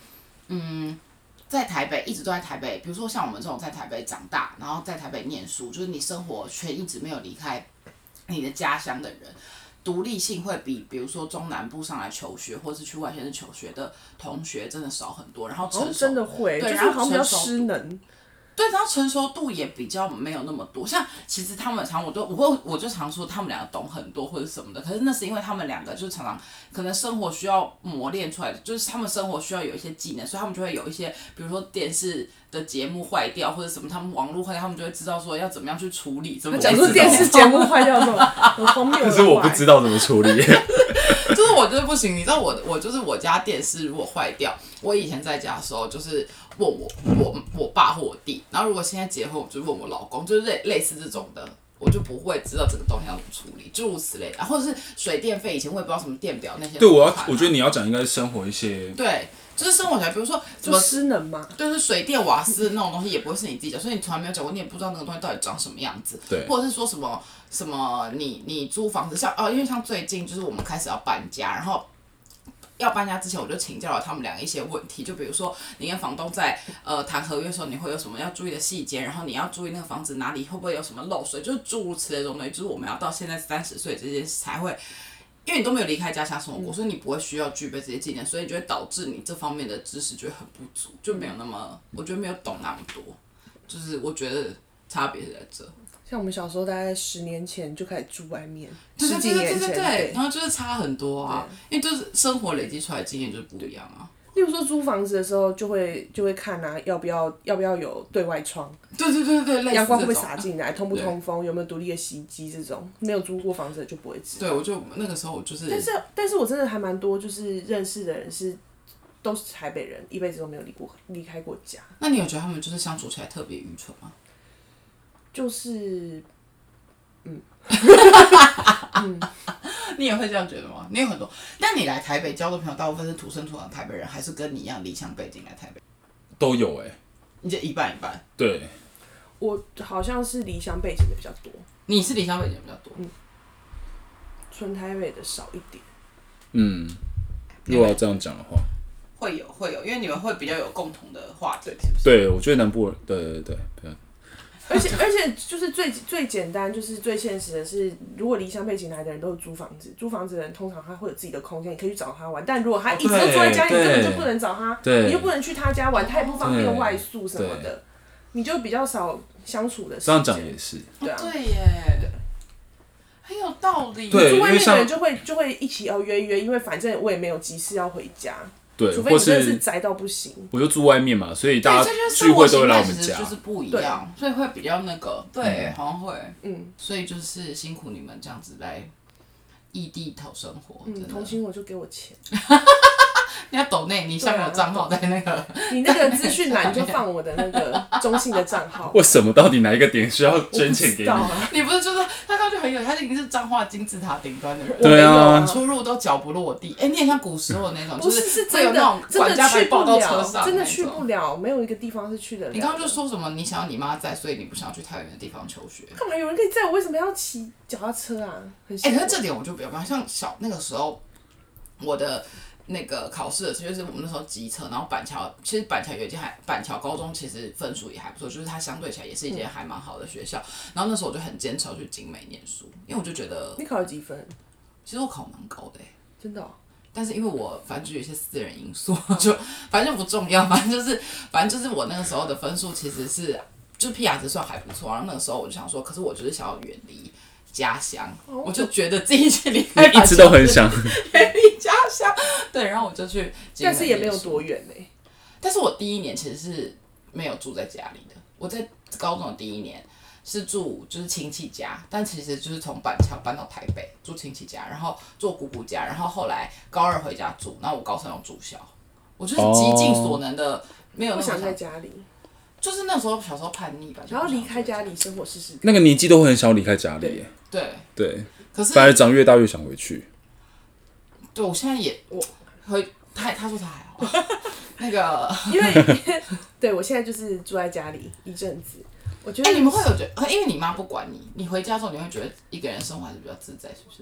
[SPEAKER 3] 嗯，在台北一直都在台北，比如说像我们这种在台北长大，然后在台北念书，就是你生活圈一直没有离开你的家乡的人，独立性会比比如说中南部上来求学，或是去外县市求学的同学真的少很多，然后
[SPEAKER 1] 好
[SPEAKER 3] 成
[SPEAKER 1] 像
[SPEAKER 3] 熟
[SPEAKER 1] 哦真的会，就
[SPEAKER 3] 对，
[SPEAKER 1] 是
[SPEAKER 3] 然后
[SPEAKER 1] 好像比较
[SPEAKER 3] 成熟
[SPEAKER 1] 失能。
[SPEAKER 3] 对，然后成熟度也比较没有那么多。像其实他们常我都我会我就常说他们两个懂很多或者什么的，可是那是因为他们两个就是常常可能生活需要磨练出来的，就是他们生活需要有一些技能，所以他们就会有一些，比如说电视的节目坏掉或者什么，他们网络坏掉，他们就会知道说要怎么样去处理。怎么
[SPEAKER 1] 讲
[SPEAKER 2] 我
[SPEAKER 1] 出
[SPEAKER 2] 知 道
[SPEAKER 1] 电视节目坏掉这种很荒谬的
[SPEAKER 2] 可是我不
[SPEAKER 1] 话
[SPEAKER 2] 知道怎么处理。
[SPEAKER 3] 就是我就是不行，你知道我我就是我家电视如果坏掉，我以前在家的时候就是问我我我爸或我弟，然后如果现在结婚，我就问我老公，就是类类似这种的。我就不会知道这个东西要怎么处理，诸如此类的，或者是水电费，以前我也不知道什么电表那些、
[SPEAKER 2] 对，我要我觉得你要讲应该是生活一些，
[SPEAKER 3] 对，就是生活起来，比如说什
[SPEAKER 1] 就
[SPEAKER 3] 么
[SPEAKER 1] 失能嘛，
[SPEAKER 3] 就是水电瓦斯那种东西，也不会是你自己讲，所以你从来没有讲过，你也不知道那个东西到底长什么样子。
[SPEAKER 2] 对
[SPEAKER 3] 或者是说什么什么你，你租房子像哦，因为像最近就是我们开始要搬家，然后。要搬家之前，我就请教了他们俩一些问题，就比如说你跟房东在呃谈合约的时候，你会有什么要注意的细节，然后你要注意那个房子哪里会不会有什么漏水，就是诸如此类的东西，就是我们要到现在三十岁这些才会因为你都没有离开家乡生活过，所以你不会需要具备这些技能，所以就会导致你这方面的知识就会很不足，就没有那么，我觉得没有懂那么多，就是我觉得差别是在这。
[SPEAKER 1] 像我们小时候大概十年前就开始住外面，
[SPEAKER 3] 对
[SPEAKER 1] 十
[SPEAKER 3] 对
[SPEAKER 1] 几
[SPEAKER 3] 对
[SPEAKER 1] 年
[SPEAKER 3] 对
[SPEAKER 1] 前
[SPEAKER 3] 对对对，然后就是差很多啊，因为就是生活累积出来的经验就是不一样啊。
[SPEAKER 1] 例如说租房子的时候，就会就会看啊，要不要要不要有对外窗，
[SPEAKER 3] 对对对对对，类
[SPEAKER 1] 阳
[SPEAKER 3] 似
[SPEAKER 1] 光会
[SPEAKER 3] 这
[SPEAKER 1] 不会洒。
[SPEAKER 3] 种
[SPEAKER 1] 进来，通不通风，有没有独立的洗衣机这种，没有租过房子的就不会知道。
[SPEAKER 3] 对，我就那个时候我就是，
[SPEAKER 1] 但是但是我真的还蛮多，就是认识的人是都是台北人，一辈子都没有离过离开过家，
[SPEAKER 3] 那你有觉得他们就是相处起来特别愚蠢吗？
[SPEAKER 1] 就是
[SPEAKER 3] 你也会这样觉得吗？你有很多，但你来台北交的朋友大部分是土生土长的台北人，还是跟你一样离乡背景来台北？
[SPEAKER 2] 都有哎、
[SPEAKER 3] 你就一半一半。
[SPEAKER 2] 对，
[SPEAKER 1] 我好像是离乡背景的比较多，
[SPEAKER 3] 你是离乡背景比较多，
[SPEAKER 1] 纯台北的少一 点。
[SPEAKER 2] 嗯，如果要这样讲的话，
[SPEAKER 3] 会有会有，因为你们会比较有共同的话题，是不是？
[SPEAKER 2] 对我觉得南部人对对对对，
[SPEAKER 1] 而且而且就是最最简单，就是最现实的是，如果离乡背景来的人都是租房子，租房子的人通常他会有自己的空间，你可以去找他玩。但如果他一直都坐在家里，
[SPEAKER 2] 哦对
[SPEAKER 1] 你根本就不能找他，
[SPEAKER 2] 对
[SPEAKER 1] 你又不能去他家玩，他也不方便
[SPEAKER 2] 对
[SPEAKER 1] 外宿什么的，你就比较少相处的时
[SPEAKER 2] 这样讲
[SPEAKER 1] 间
[SPEAKER 2] 也。是，
[SPEAKER 1] 对啊
[SPEAKER 3] 哦对耶，很有道理。
[SPEAKER 2] 对
[SPEAKER 1] 住外
[SPEAKER 2] 因为
[SPEAKER 1] 面的
[SPEAKER 2] 像
[SPEAKER 1] 人就会就会一起要哦约一约，因为反正我也没有急事要回家，
[SPEAKER 2] 对，
[SPEAKER 1] 除非
[SPEAKER 2] 或
[SPEAKER 1] 你真的是
[SPEAKER 2] 是
[SPEAKER 1] 宅到不行。
[SPEAKER 2] 我就住外面嘛，所以大
[SPEAKER 3] 对，
[SPEAKER 2] 家
[SPEAKER 3] 这就是
[SPEAKER 2] 聚
[SPEAKER 3] 生活
[SPEAKER 2] 会都
[SPEAKER 3] 习
[SPEAKER 2] 会来
[SPEAKER 3] 惯
[SPEAKER 2] 我
[SPEAKER 3] 其
[SPEAKER 2] 们
[SPEAKER 3] 实
[SPEAKER 2] 家
[SPEAKER 3] 就，是不一样，所以会比较那个，对，好像会，
[SPEAKER 1] 嗯
[SPEAKER 3] 所以就是辛苦你们这样子来异地讨生活，
[SPEAKER 1] 嗯，
[SPEAKER 3] 真
[SPEAKER 1] 同
[SPEAKER 3] 的。
[SPEAKER 1] 情我就给我钱，
[SPEAKER 3] 你要抖内，你下
[SPEAKER 1] 啊
[SPEAKER 3] 面有账号在那个，
[SPEAKER 1] 你那个资讯栏就放我的那个中信的账 号，
[SPEAKER 2] 为什么到底哪一个点需要捐钱给你
[SPEAKER 1] 我不知？道啊
[SPEAKER 3] 你不是就是他刚就很有，他已经是彰化金字塔顶端的人。
[SPEAKER 1] 我没
[SPEAKER 2] 对
[SPEAKER 1] 有
[SPEAKER 2] 啊
[SPEAKER 1] 啊，
[SPEAKER 3] 出入都脚不落地，哎、你很像古时候那种，
[SPEAKER 1] 不
[SPEAKER 3] 就是
[SPEAKER 1] 是
[SPEAKER 3] 会有
[SPEAKER 1] 真
[SPEAKER 3] 那
[SPEAKER 1] 的
[SPEAKER 3] 种，
[SPEAKER 1] 真
[SPEAKER 3] 管
[SPEAKER 1] 的
[SPEAKER 3] 家把
[SPEAKER 1] 去
[SPEAKER 3] 你抱
[SPEAKER 1] 不
[SPEAKER 3] 到车
[SPEAKER 1] 了，
[SPEAKER 3] 上，
[SPEAKER 1] 真的去不。了，没有一个地方是去得了的。
[SPEAKER 3] 你刚刚就说什么？你想要你妈在，所以你不想要去太远的地方求学。
[SPEAKER 1] 干嘛？有人可以载我，为什么要骑脚踏车啊？很
[SPEAKER 3] 哎、
[SPEAKER 1] 辛
[SPEAKER 3] 可
[SPEAKER 1] 苦
[SPEAKER 3] 是这点我就比较办法。像小那个时候，我的那个考试的时候，就是我们那时候机测，然后板桥其实板桥有一间还板桥高中其实分数也还不错，就是它相对起来也是一间还蛮好的学校。然后那时候我就很坚持要去景美念书，因为我就觉得
[SPEAKER 1] 你考了几分？
[SPEAKER 3] 其实我考蛮高的、欸。
[SPEAKER 1] 真的哦、
[SPEAKER 3] 但是因为我反正就有一些私人因素， 就反正就不重要，反正就是反正就是我那个时候的分数其实是就 P R 值算还不错，然后那个时候我就想说，可是我就是想要远离家乡，我就觉得自己去离
[SPEAKER 2] 你
[SPEAKER 3] 开
[SPEAKER 2] 一直都很想，
[SPEAKER 3] 远离家乡，对，然后我就去，
[SPEAKER 1] 但是也没有多，远欸呢、
[SPEAKER 3] 但是我第一年其实是没有住在家里的，我在高中的第一年。是住就是亲戚家，但其实就是从板桥搬到台北住亲戚家，然后住姑姑家，然后后来高二回家住，然后我高三要住校，我就是极尽所能的没有那
[SPEAKER 1] 不
[SPEAKER 3] 么
[SPEAKER 1] 想
[SPEAKER 3] 想
[SPEAKER 1] 在家里，
[SPEAKER 3] 哦就是那时候小时候叛逆吧，就不
[SPEAKER 1] 然后
[SPEAKER 3] 想
[SPEAKER 1] 离开家
[SPEAKER 3] 住
[SPEAKER 1] 里生活试试看。
[SPEAKER 2] 那个年纪都会很想离开家里耶，
[SPEAKER 3] 对，
[SPEAKER 2] 对，
[SPEAKER 3] 可是
[SPEAKER 2] 反而长越大越想回去。
[SPEAKER 3] 对我现在也我回他他说他还好， 那个
[SPEAKER 1] 因为对我现在就是住在家里一阵子，我觉得、
[SPEAKER 3] 哎、你们会有觉得，因为你妈不管你，你回家之后你会觉得一个人生活还是比较自在，是不是？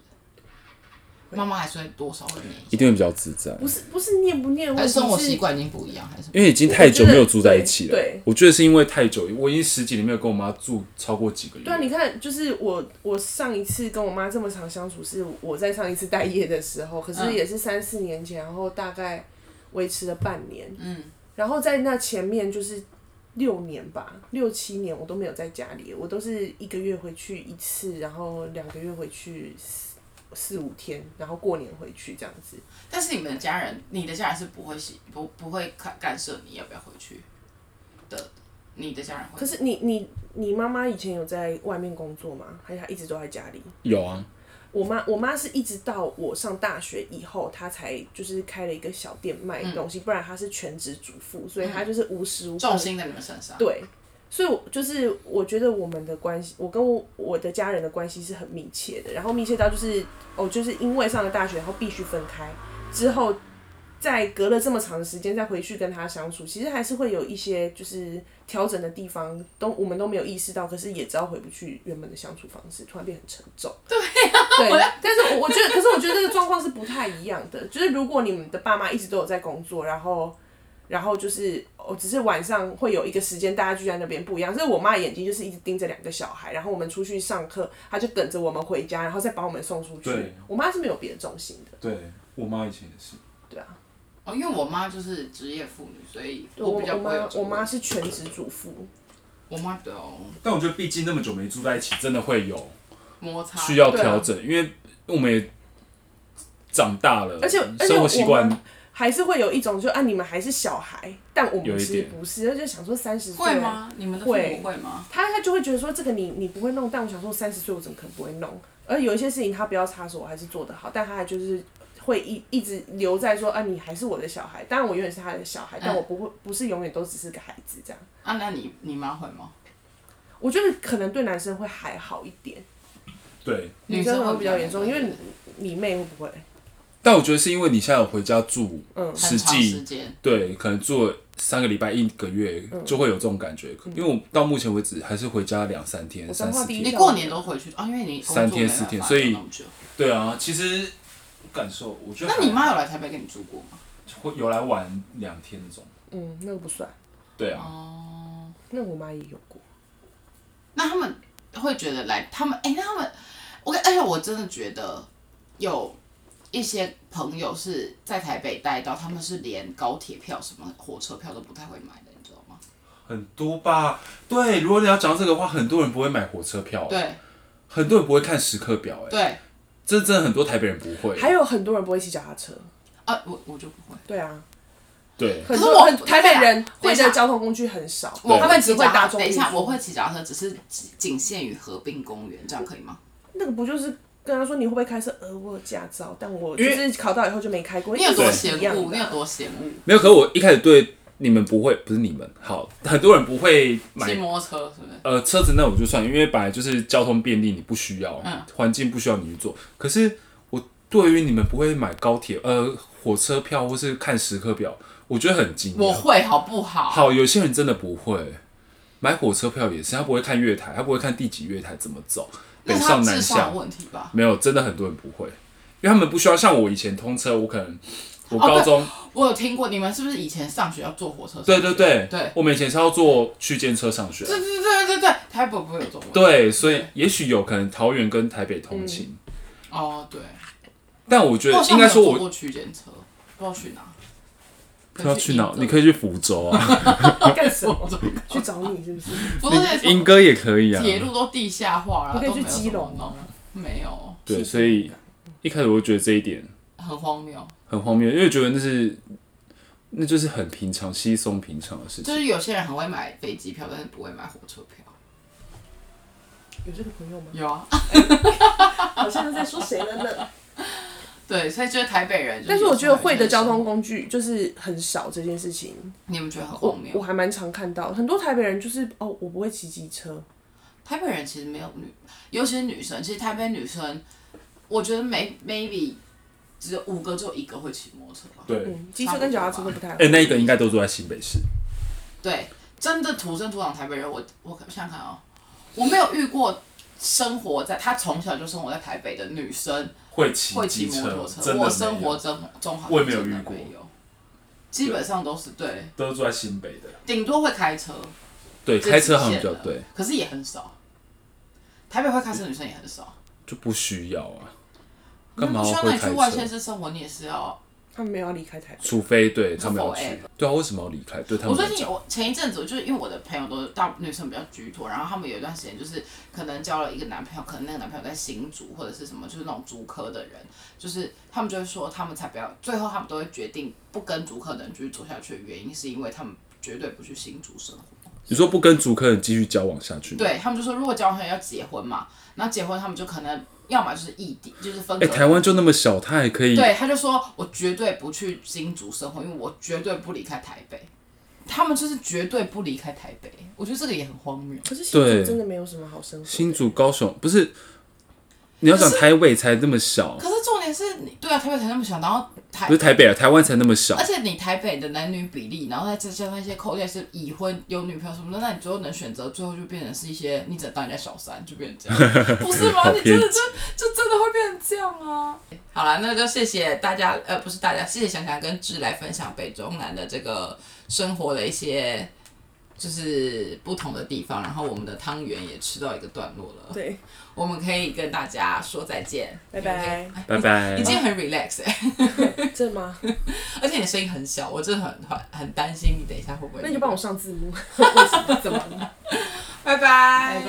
[SPEAKER 3] 妈妈还是会多少会念一
[SPEAKER 2] 一
[SPEAKER 3] 下，
[SPEAKER 2] 定会比较自在，
[SPEAKER 1] 不是不是念不念
[SPEAKER 3] 还
[SPEAKER 1] 问
[SPEAKER 3] 是
[SPEAKER 1] 题
[SPEAKER 3] 生活
[SPEAKER 1] 是
[SPEAKER 3] 习惯已经不一样，还是
[SPEAKER 2] 因为已经太久没有住在一起
[SPEAKER 1] 我
[SPEAKER 2] 了。
[SPEAKER 1] 觉得对
[SPEAKER 2] 我觉得是因为太久，我已经十几年没有跟我妈住超过几个月。
[SPEAKER 1] 对啊，你看，就是我我上一次跟我妈这么长相处，是我在上一次待业的时候，可是
[SPEAKER 3] 嗯
[SPEAKER 1] 也是三四年前，然后大概维持了半年，
[SPEAKER 3] 嗯，
[SPEAKER 1] 然后在那前面就是六年吧，六七年我都没有在家里，我都是一个月回去一次，然后两个月回去四四五天，然后过年回去这样子。
[SPEAKER 3] 但是你们的家人，你的家人是不会喜不不会干干涉你要不要回去的，你的家人会。
[SPEAKER 1] 可是你你你妈妈以前有在外面工作吗？还是她一直都在家里？
[SPEAKER 2] 有啊，
[SPEAKER 1] 我妈我妈是一直到我上大学以后，她才就是开了一个小店卖
[SPEAKER 3] 嗯
[SPEAKER 1] 东西，不然她是全职主妇，所以她就是无时无刻
[SPEAKER 3] 重心在你们身上。
[SPEAKER 1] 对，所以我就是我觉得我们的关系，我跟我我的家人的关系是很密切的，然后密切到就是哦，就是因为上了大学，然后必须分开之后，在隔了这么长的时间再回去跟他相处，其实还是会有一些就是调整的地方，都我们都没有意识到，可是也知道回不去原本的相处方式，突然变很沉重。对、对，但是我我觉得，可是我觉得这个状况是不太一样的，就是如果你们的爸妈一直都有在工作，然后。然后就是，我、只是晚上会有一个时间，大家聚在那边不一样。所以我妈眼睛就是一直盯着两个小孩，然后我们出去上课，她就等着我们回家，然后再把我们送出去
[SPEAKER 2] 对。
[SPEAKER 1] 我妈是没有别的重心的，
[SPEAKER 2] 对我妈以前也是，
[SPEAKER 1] 对啊。
[SPEAKER 3] 哦，因为我妈就是职业妇女，所以
[SPEAKER 1] 我
[SPEAKER 3] 比较不会有
[SPEAKER 1] 妈
[SPEAKER 3] 这个
[SPEAKER 1] 我妈
[SPEAKER 3] 问题
[SPEAKER 1] 是全职主妇，
[SPEAKER 3] 我妈对哦
[SPEAKER 2] 但我觉得毕竟那么久没住在一起，真的会有
[SPEAKER 3] 摩擦
[SPEAKER 2] 需要调
[SPEAKER 1] 啊
[SPEAKER 2] 整，因为我们也长大了，
[SPEAKER 1] 而且而且
[SPEAKER 2] 生活习惯
[SPEAKER 1] 我妈还是会有一种就啊，你们还是小孩，但我
[SPEAKER 2] 有
[SPEAKER 1] 们
[SPEAKER 2] 一
[SPEAKER 1] 其实
[SPEAKER 2] 点
[SPEAKER 1] 不是，就想说三十岁
[SPEAKER 3] 会？吗？你们的父
[SPEAKER 1] 会
[SPEAKER 3] 母会吗？
[SPEAKER 1] 她她就会觉得说这个你你不会弄，但我想说三十岁我怎么可能不会弄？而有一些事情她不要插手，我还是做得好，但她还就是会一一直留在说啊，你还是我的小孩，当然我永远是她的小
[SPEAKER 3] 嗯
[SPEAKER 1] 孩，但我不会不是永远都只是个孩子这样。
[SPEAKER 3] 啊，那你你妈会吗？
[SPEAKER 1] 我觉得可能对男生会还好一点，
[SPEAKER 2] 对。
[SPEAKER 1] 女生会比较严重，因
[SPEAKER 3] 女生
[SPEAKER 1] 为
[SPEAKER 3] 会比
[SPEAKER 1] 你你妹会不会？较
[SPEAKER 2] 但我觉得是因为你现在有回家住，
[SPEAKER 1] 嗯
[SPEAKER 3] 很
[SPEAKER 2] 实
[SPEAKER 3] 长时
[SPEAKER 2] 际
[SPEAKER 3] 间，
[SPEAKER 2] 对，可能住了三个礼拜、一个月，
[SPEAKER 1] 嗯
[SPEAKER 2] 就会有这种感觉。因为我到目前为止还是回家两三天、
[SPEAKER 1] 我
[SPEAKER 2] 三
[SPEAKER 1] 彰化
[SPEAKER 2] 四
[SPEAKER 1] 第一
[SPEAKER 2] 天。
[SPEAKER 3] 你过年都回去啊？因为你工作
[SPEAKER 2] 三天
[SPEAKER 3] 没办法
[SPEAKER 2] 四天
[SPEAKER 3] 有
[SPEAKER 2] 所以
[SPEAKER 3] 那么久
[SPEAKER 2] 对啊，其实感受，我觉得
[SPEAKER 3] 那你妈有来台北跟你住过吗？
[SPEAKER 2] 会有来玩两天那种。
[SPEAKER 1] 嗯，那个不算，
[SPEAKER 2] 对啊，
[SPEAKER 3] 哦，
[SPEAKER 1] 那我妈也有过。
[SPEAKER 3] 那他们会觉得来他们哎、那他们我跟而且我真的觉得有一些朋友是在台北待到，他们是连高铁票、什么火车票都不太会买的，你知道吗？
[SPEAKER 2] 很多吧。对，如果你要讲到这个的话，很多人不会买火车票、欸，
[SPEAKER 3] 对
[SPEAKER 2] 很多人不会看时刻表、欸，哎，
[SPEAKER 3] 对，
[SPEAKER 2] 这真的很多台北人不会。
[SPEAKER 1] 还有很多人不会骑脚踏车，
[SPEAKER 3] 啊，我我就不会。
[SPEAKER 1] 对啊，
[SPEAKER 2] 对，
[SPEAKER 1] 可
[SPEAKER 3] 是
[SPEAKER 1] 多
[SPEAKER 3] 我
[SPEAKER 1] 很台北人
[SPEAKER 3] 等
[SPEAKER 1] 会啊
[SPEAKER 3] 一下
[SPEAKER 1] 的交通工具很少，
[SPEAKER 3] 我
[SPEAKER 1] 他们只会
[SPEAKER 3] 骑脚
[SPEAKER 1] 大众
[SPEAKER 3] 等
[SPEAKER 1] 运
[SPEAKER 3] 一
[SPEAKER 1] 输。
[SPEAKER 3] 下，我会骑脚踏车，只是仅仅限于河滨公园，这样可以吗？
[SPEAKER 1] 那个不就是跟他说你会不会开车？呃，我有驾照，但我就是考到以后就没开过。
[SPEAKER 3] 你有多
[SPEAKER 1] 一
[SPEAKER 3] 嫌
[SPEAKER 1] 样的哦
[SPEAKER 3] 恶？你有多嫌恶？
[SPEAKER 2] 没有。可我一开始对你们不会，不是你们，好，很多人不会
[SPEAKER 3] 骑
[SPEAKER 2] 买
[SPEAKER 3] 摩托车是不是？
[SPEAKER 2] 呃，车子那我就算，因为本来就是交通便利，你不需要，
[SPEAKER 3] 嗯
[SPEAKER 2] 环境不需要你去做。可是我对于你们不会买高铁、呃火车票或是看时刻表，我觉得很惊
[SPEAKER 3] 我
[SPEAKER 2] 讶。
[SPEAKER 3] 会好不好？
[SPEAKER 2] 好，有些人真的不会买火车票，也是他不会看月台，他不会看第几月台怎么走，北
[SPEAKER 3] 那他
[SPEAKER 2] 上
[SPEAKER 3] 智
[SPEAKER 2] 南
[SPEAKER 3] 商
[SPEAKER 2] 下
[SPEAKER 3] 有，问题吧？
[SPEAKER 2] 没有，真的很多人不会，因为他们不需要。像我以前通车，我可能我
[SPEAKER 3] 哦
[SPEAKER 2] 高中，
[SPEAKER 3] 我有听过，你们是不是以前上学要坐火车上学？
[SPEAKER 2] 对对对，
[SPEAKER 3] 对
[SPEAKER 2] 我们以前是要坐区间车上学，
[SPEAKER 3] 对对对对对，台北不会有这种问题。
[SPEAKER 2] 对，所以也许有可能桃园跟台北通勤。
[SPEAKER 3] 哦，对，
[SPEAKER 2] 但我觉
[SPEAKER 3] 我
[SPEAKER 2] 得
[SPEAKER 3] 好像
[SPEAKER 2] 应该说
[SPEAKER 3] 没有坐
[SPEAKER 2] 我
[SPEAKER 3] 过区间车，不知道去哪，
[SPEAKER 2] 不知道去哪，你可
[SPEAKER 3] 以
[SPEAKER 2] 以去福州 啊，
[SPEAKER 1] 干什么？去找你是不是？
[SPEAKER 3] 不是
[SPEAKER 2] 你莺歌也可以啊。
[SPEAKER 3] 铁路都地下化了，
[SPEAKER 1] 你可以
[SPEAKER 3] 都
[SPEAKER 1] 去
[SPEAKER 3] 没有
[SPEAKER 1] 基
[SPEAKER 3] 什么
[SPEAKER 1] 隆
[SPEAKER 3] 弄
[SPEAKER 1] 啊
[SPEAKER 3] 没有，
[SPEAKER 2] 对，所以一开始我就觉得这一点
[SPEAKER 3] 很荒谬。
[SPEAKER 2] 很荒谬，因为觉得那是那就是很平常、稀松平常的事
[SPEAKER 3] 就
[SPEAKER 2] 情。
[SPEAKER 3] 是有些人很会买飞机票，但是不会买火车票。
[SPEAKER 1] 有这个朋 友吗？
[SPEAKER 3] 有啊，
[SPEAKER 1] 好像在说谁了 呢？
[SPEAKER 3] 对，所以就是台北人。
[SPEAKER 1] 但是我觉得会的交通，工具就是很少这件事情，
[SPEAKER 3] 你们觉得很
[SPEAKER 1] 我
[SPEAKER 3] 荒
[SPEAKER 1] 我
[SPEAKER 3] 谬？
[SPEAKER 1] 还蛮常看到，很多台北人就是哦，我不会骑机车，
[SPEAKER 3] 台北人其实没有女，尤其是女生，其实台北女生，我觉得 may maybe 只有五个就一个会骑摩托车吧。
[SPEAKER 2] 对，
[SPEAKER 1] 嗯，机车跟脚踏车都不太
[SPEAKER 2] 哎，
[SPEAKER 1] 会。
[SPEAKER 2] 那一个应该都住在新北市，
[SPEAKER 3] 对，真的土生土长台北人，我我想想看哦，我没有遇过生活在她从小就生活在台北的女生
[SPEAKER 2] 会骑
[SPEAKER 3] 会骑
[SPEAKER 2] 机
[SPEAKER 3] 摩托
[SPEAKER 2] 真的
[SPEAKER 3] 我
[SPEAKER 2] 没有
[SPEAKER 3] 生活中中好像
[SPEAKER 2] 我也没有
[SPEAKER 3] 真的
[SPEAKER 2] 遇过
[SPEAKER 3] 没有基本上都是对，
[SPEAKER 2] 都住在新北的。
[SPEAKER 3] 顶多会开车，
[SPEAKER 2] 对，
[SPEAKER 3] 这
[SPEAKER 2] 开车好像
[SPEAKER 3] 极
[SPEAKER 2] 比较
[SPEAKER 3] 限了
[SPEAKER 2] 对，，
[SPEAKER 3] 可是也很少。台北会开车的女生也很少，
[SPEAKER 2] 就不需要啊，
[SPEAKER 3] 那
[SPEAKER 2] 干嘛
[SPEAKER 3] 不需要
[SPEAKER 2] 会
[SPEAKER 3] 那你去外
[SPEAKER 2] 开
[SPEAKER 3] 县
[SPEAKER 2] 车？
[SPEAKER 3] 市生活，你也是要
[SPEAKER 1] 他们没有要离开台北，
[SPEAKER 2] 除非对他们要
[SPEAKER 3] forever
[SPEAKER 2] 去，对啊，为什么要离开？对他
[SPEAKER 3] 我
[SPEAKER 2] 们
[SPEAKER 3] 最
[SPEAKER 2] 来
[SPEAKER 3] 近
[SPEAKER 2] 讲，
[SPEAKER 3] 我前一阵子，就是因为我的朋友都大女生比较居多，然后他们有一段时间就是可能交了一个男朋友，可能那个男朋友在新竹或者是什么，就是那种竹科的人，就是他们就会说他们才不要，最后他们都会决定不跟竹科的人继续走下去的原因，是因为他们绝对不去新竹生活。
[SPEAKER 2] 你说不跟主客人继续交往下去吗？
[SPEAKER 3] 对他们就说，如果交往朋友要结婚嘛，那结婚他们就可能要么就是异地，就是分
[SPEAKER 2] 哎、
[SPEAKER 3] 隔。
[SPEAKER 2] 台湾就那么小，他还可以
[SPEAKER 3] 对，他就说我绝对不去新竹生活，因为我绝对不离开台北。他们就是绝对不离开台北，我觉得这个也很荒谬。
[SPEAKER 1] 可是新竹
[SPEAKER 2] 对
[SPEAKER 1] 真的没有什么好生活的。
[SPEAKER 2] 新竹、高雄不是？你要想台北才那么小，
[SPEAKER 3] 可是重点是你对啊，台北才那么小，然后台
[SPEAKER 2] 不是台北啊，台湾才那么小
[SPEAKER 3] 而，且你台北的男女比例，然后再加上一些扣掉是已婚有女朋友什么的，那你最后能选择，最后就变成是一些你只能当人家小三，就变成这样，不是吗？
[SPEAKER 2] 好
[SPEAKER 3] 你真
[SPEAKER 2] 偏
[SPEAKER 3] 的就就真的会变成这样啊！好了，那就谢谢大家，呃，不是大家，谢谢想想跟志来分享北中南的这个生活的一些就是不同的地方，然后我们的汤圆也吃到一个段落了，
[SPEAKER 1] 对，
[SPEAKER 3] 我们可以跟大家说再见，
[SPEAKER 1] 拜拜。
[SPEAKER 2] 拜拜。
[SPEAKER 3] 你今天很 relax 哎、
[SPEAKER 1] 真的吗？
[SPEAKER 3] 而且你声音很小，我真的很很很担心你等一下会不会。
[SPEAKER 1] 那你就帮我上字幕，我是怎么了？
[SPEAKER 3] 拜拜，
[SPEAKER 1] 拜拜。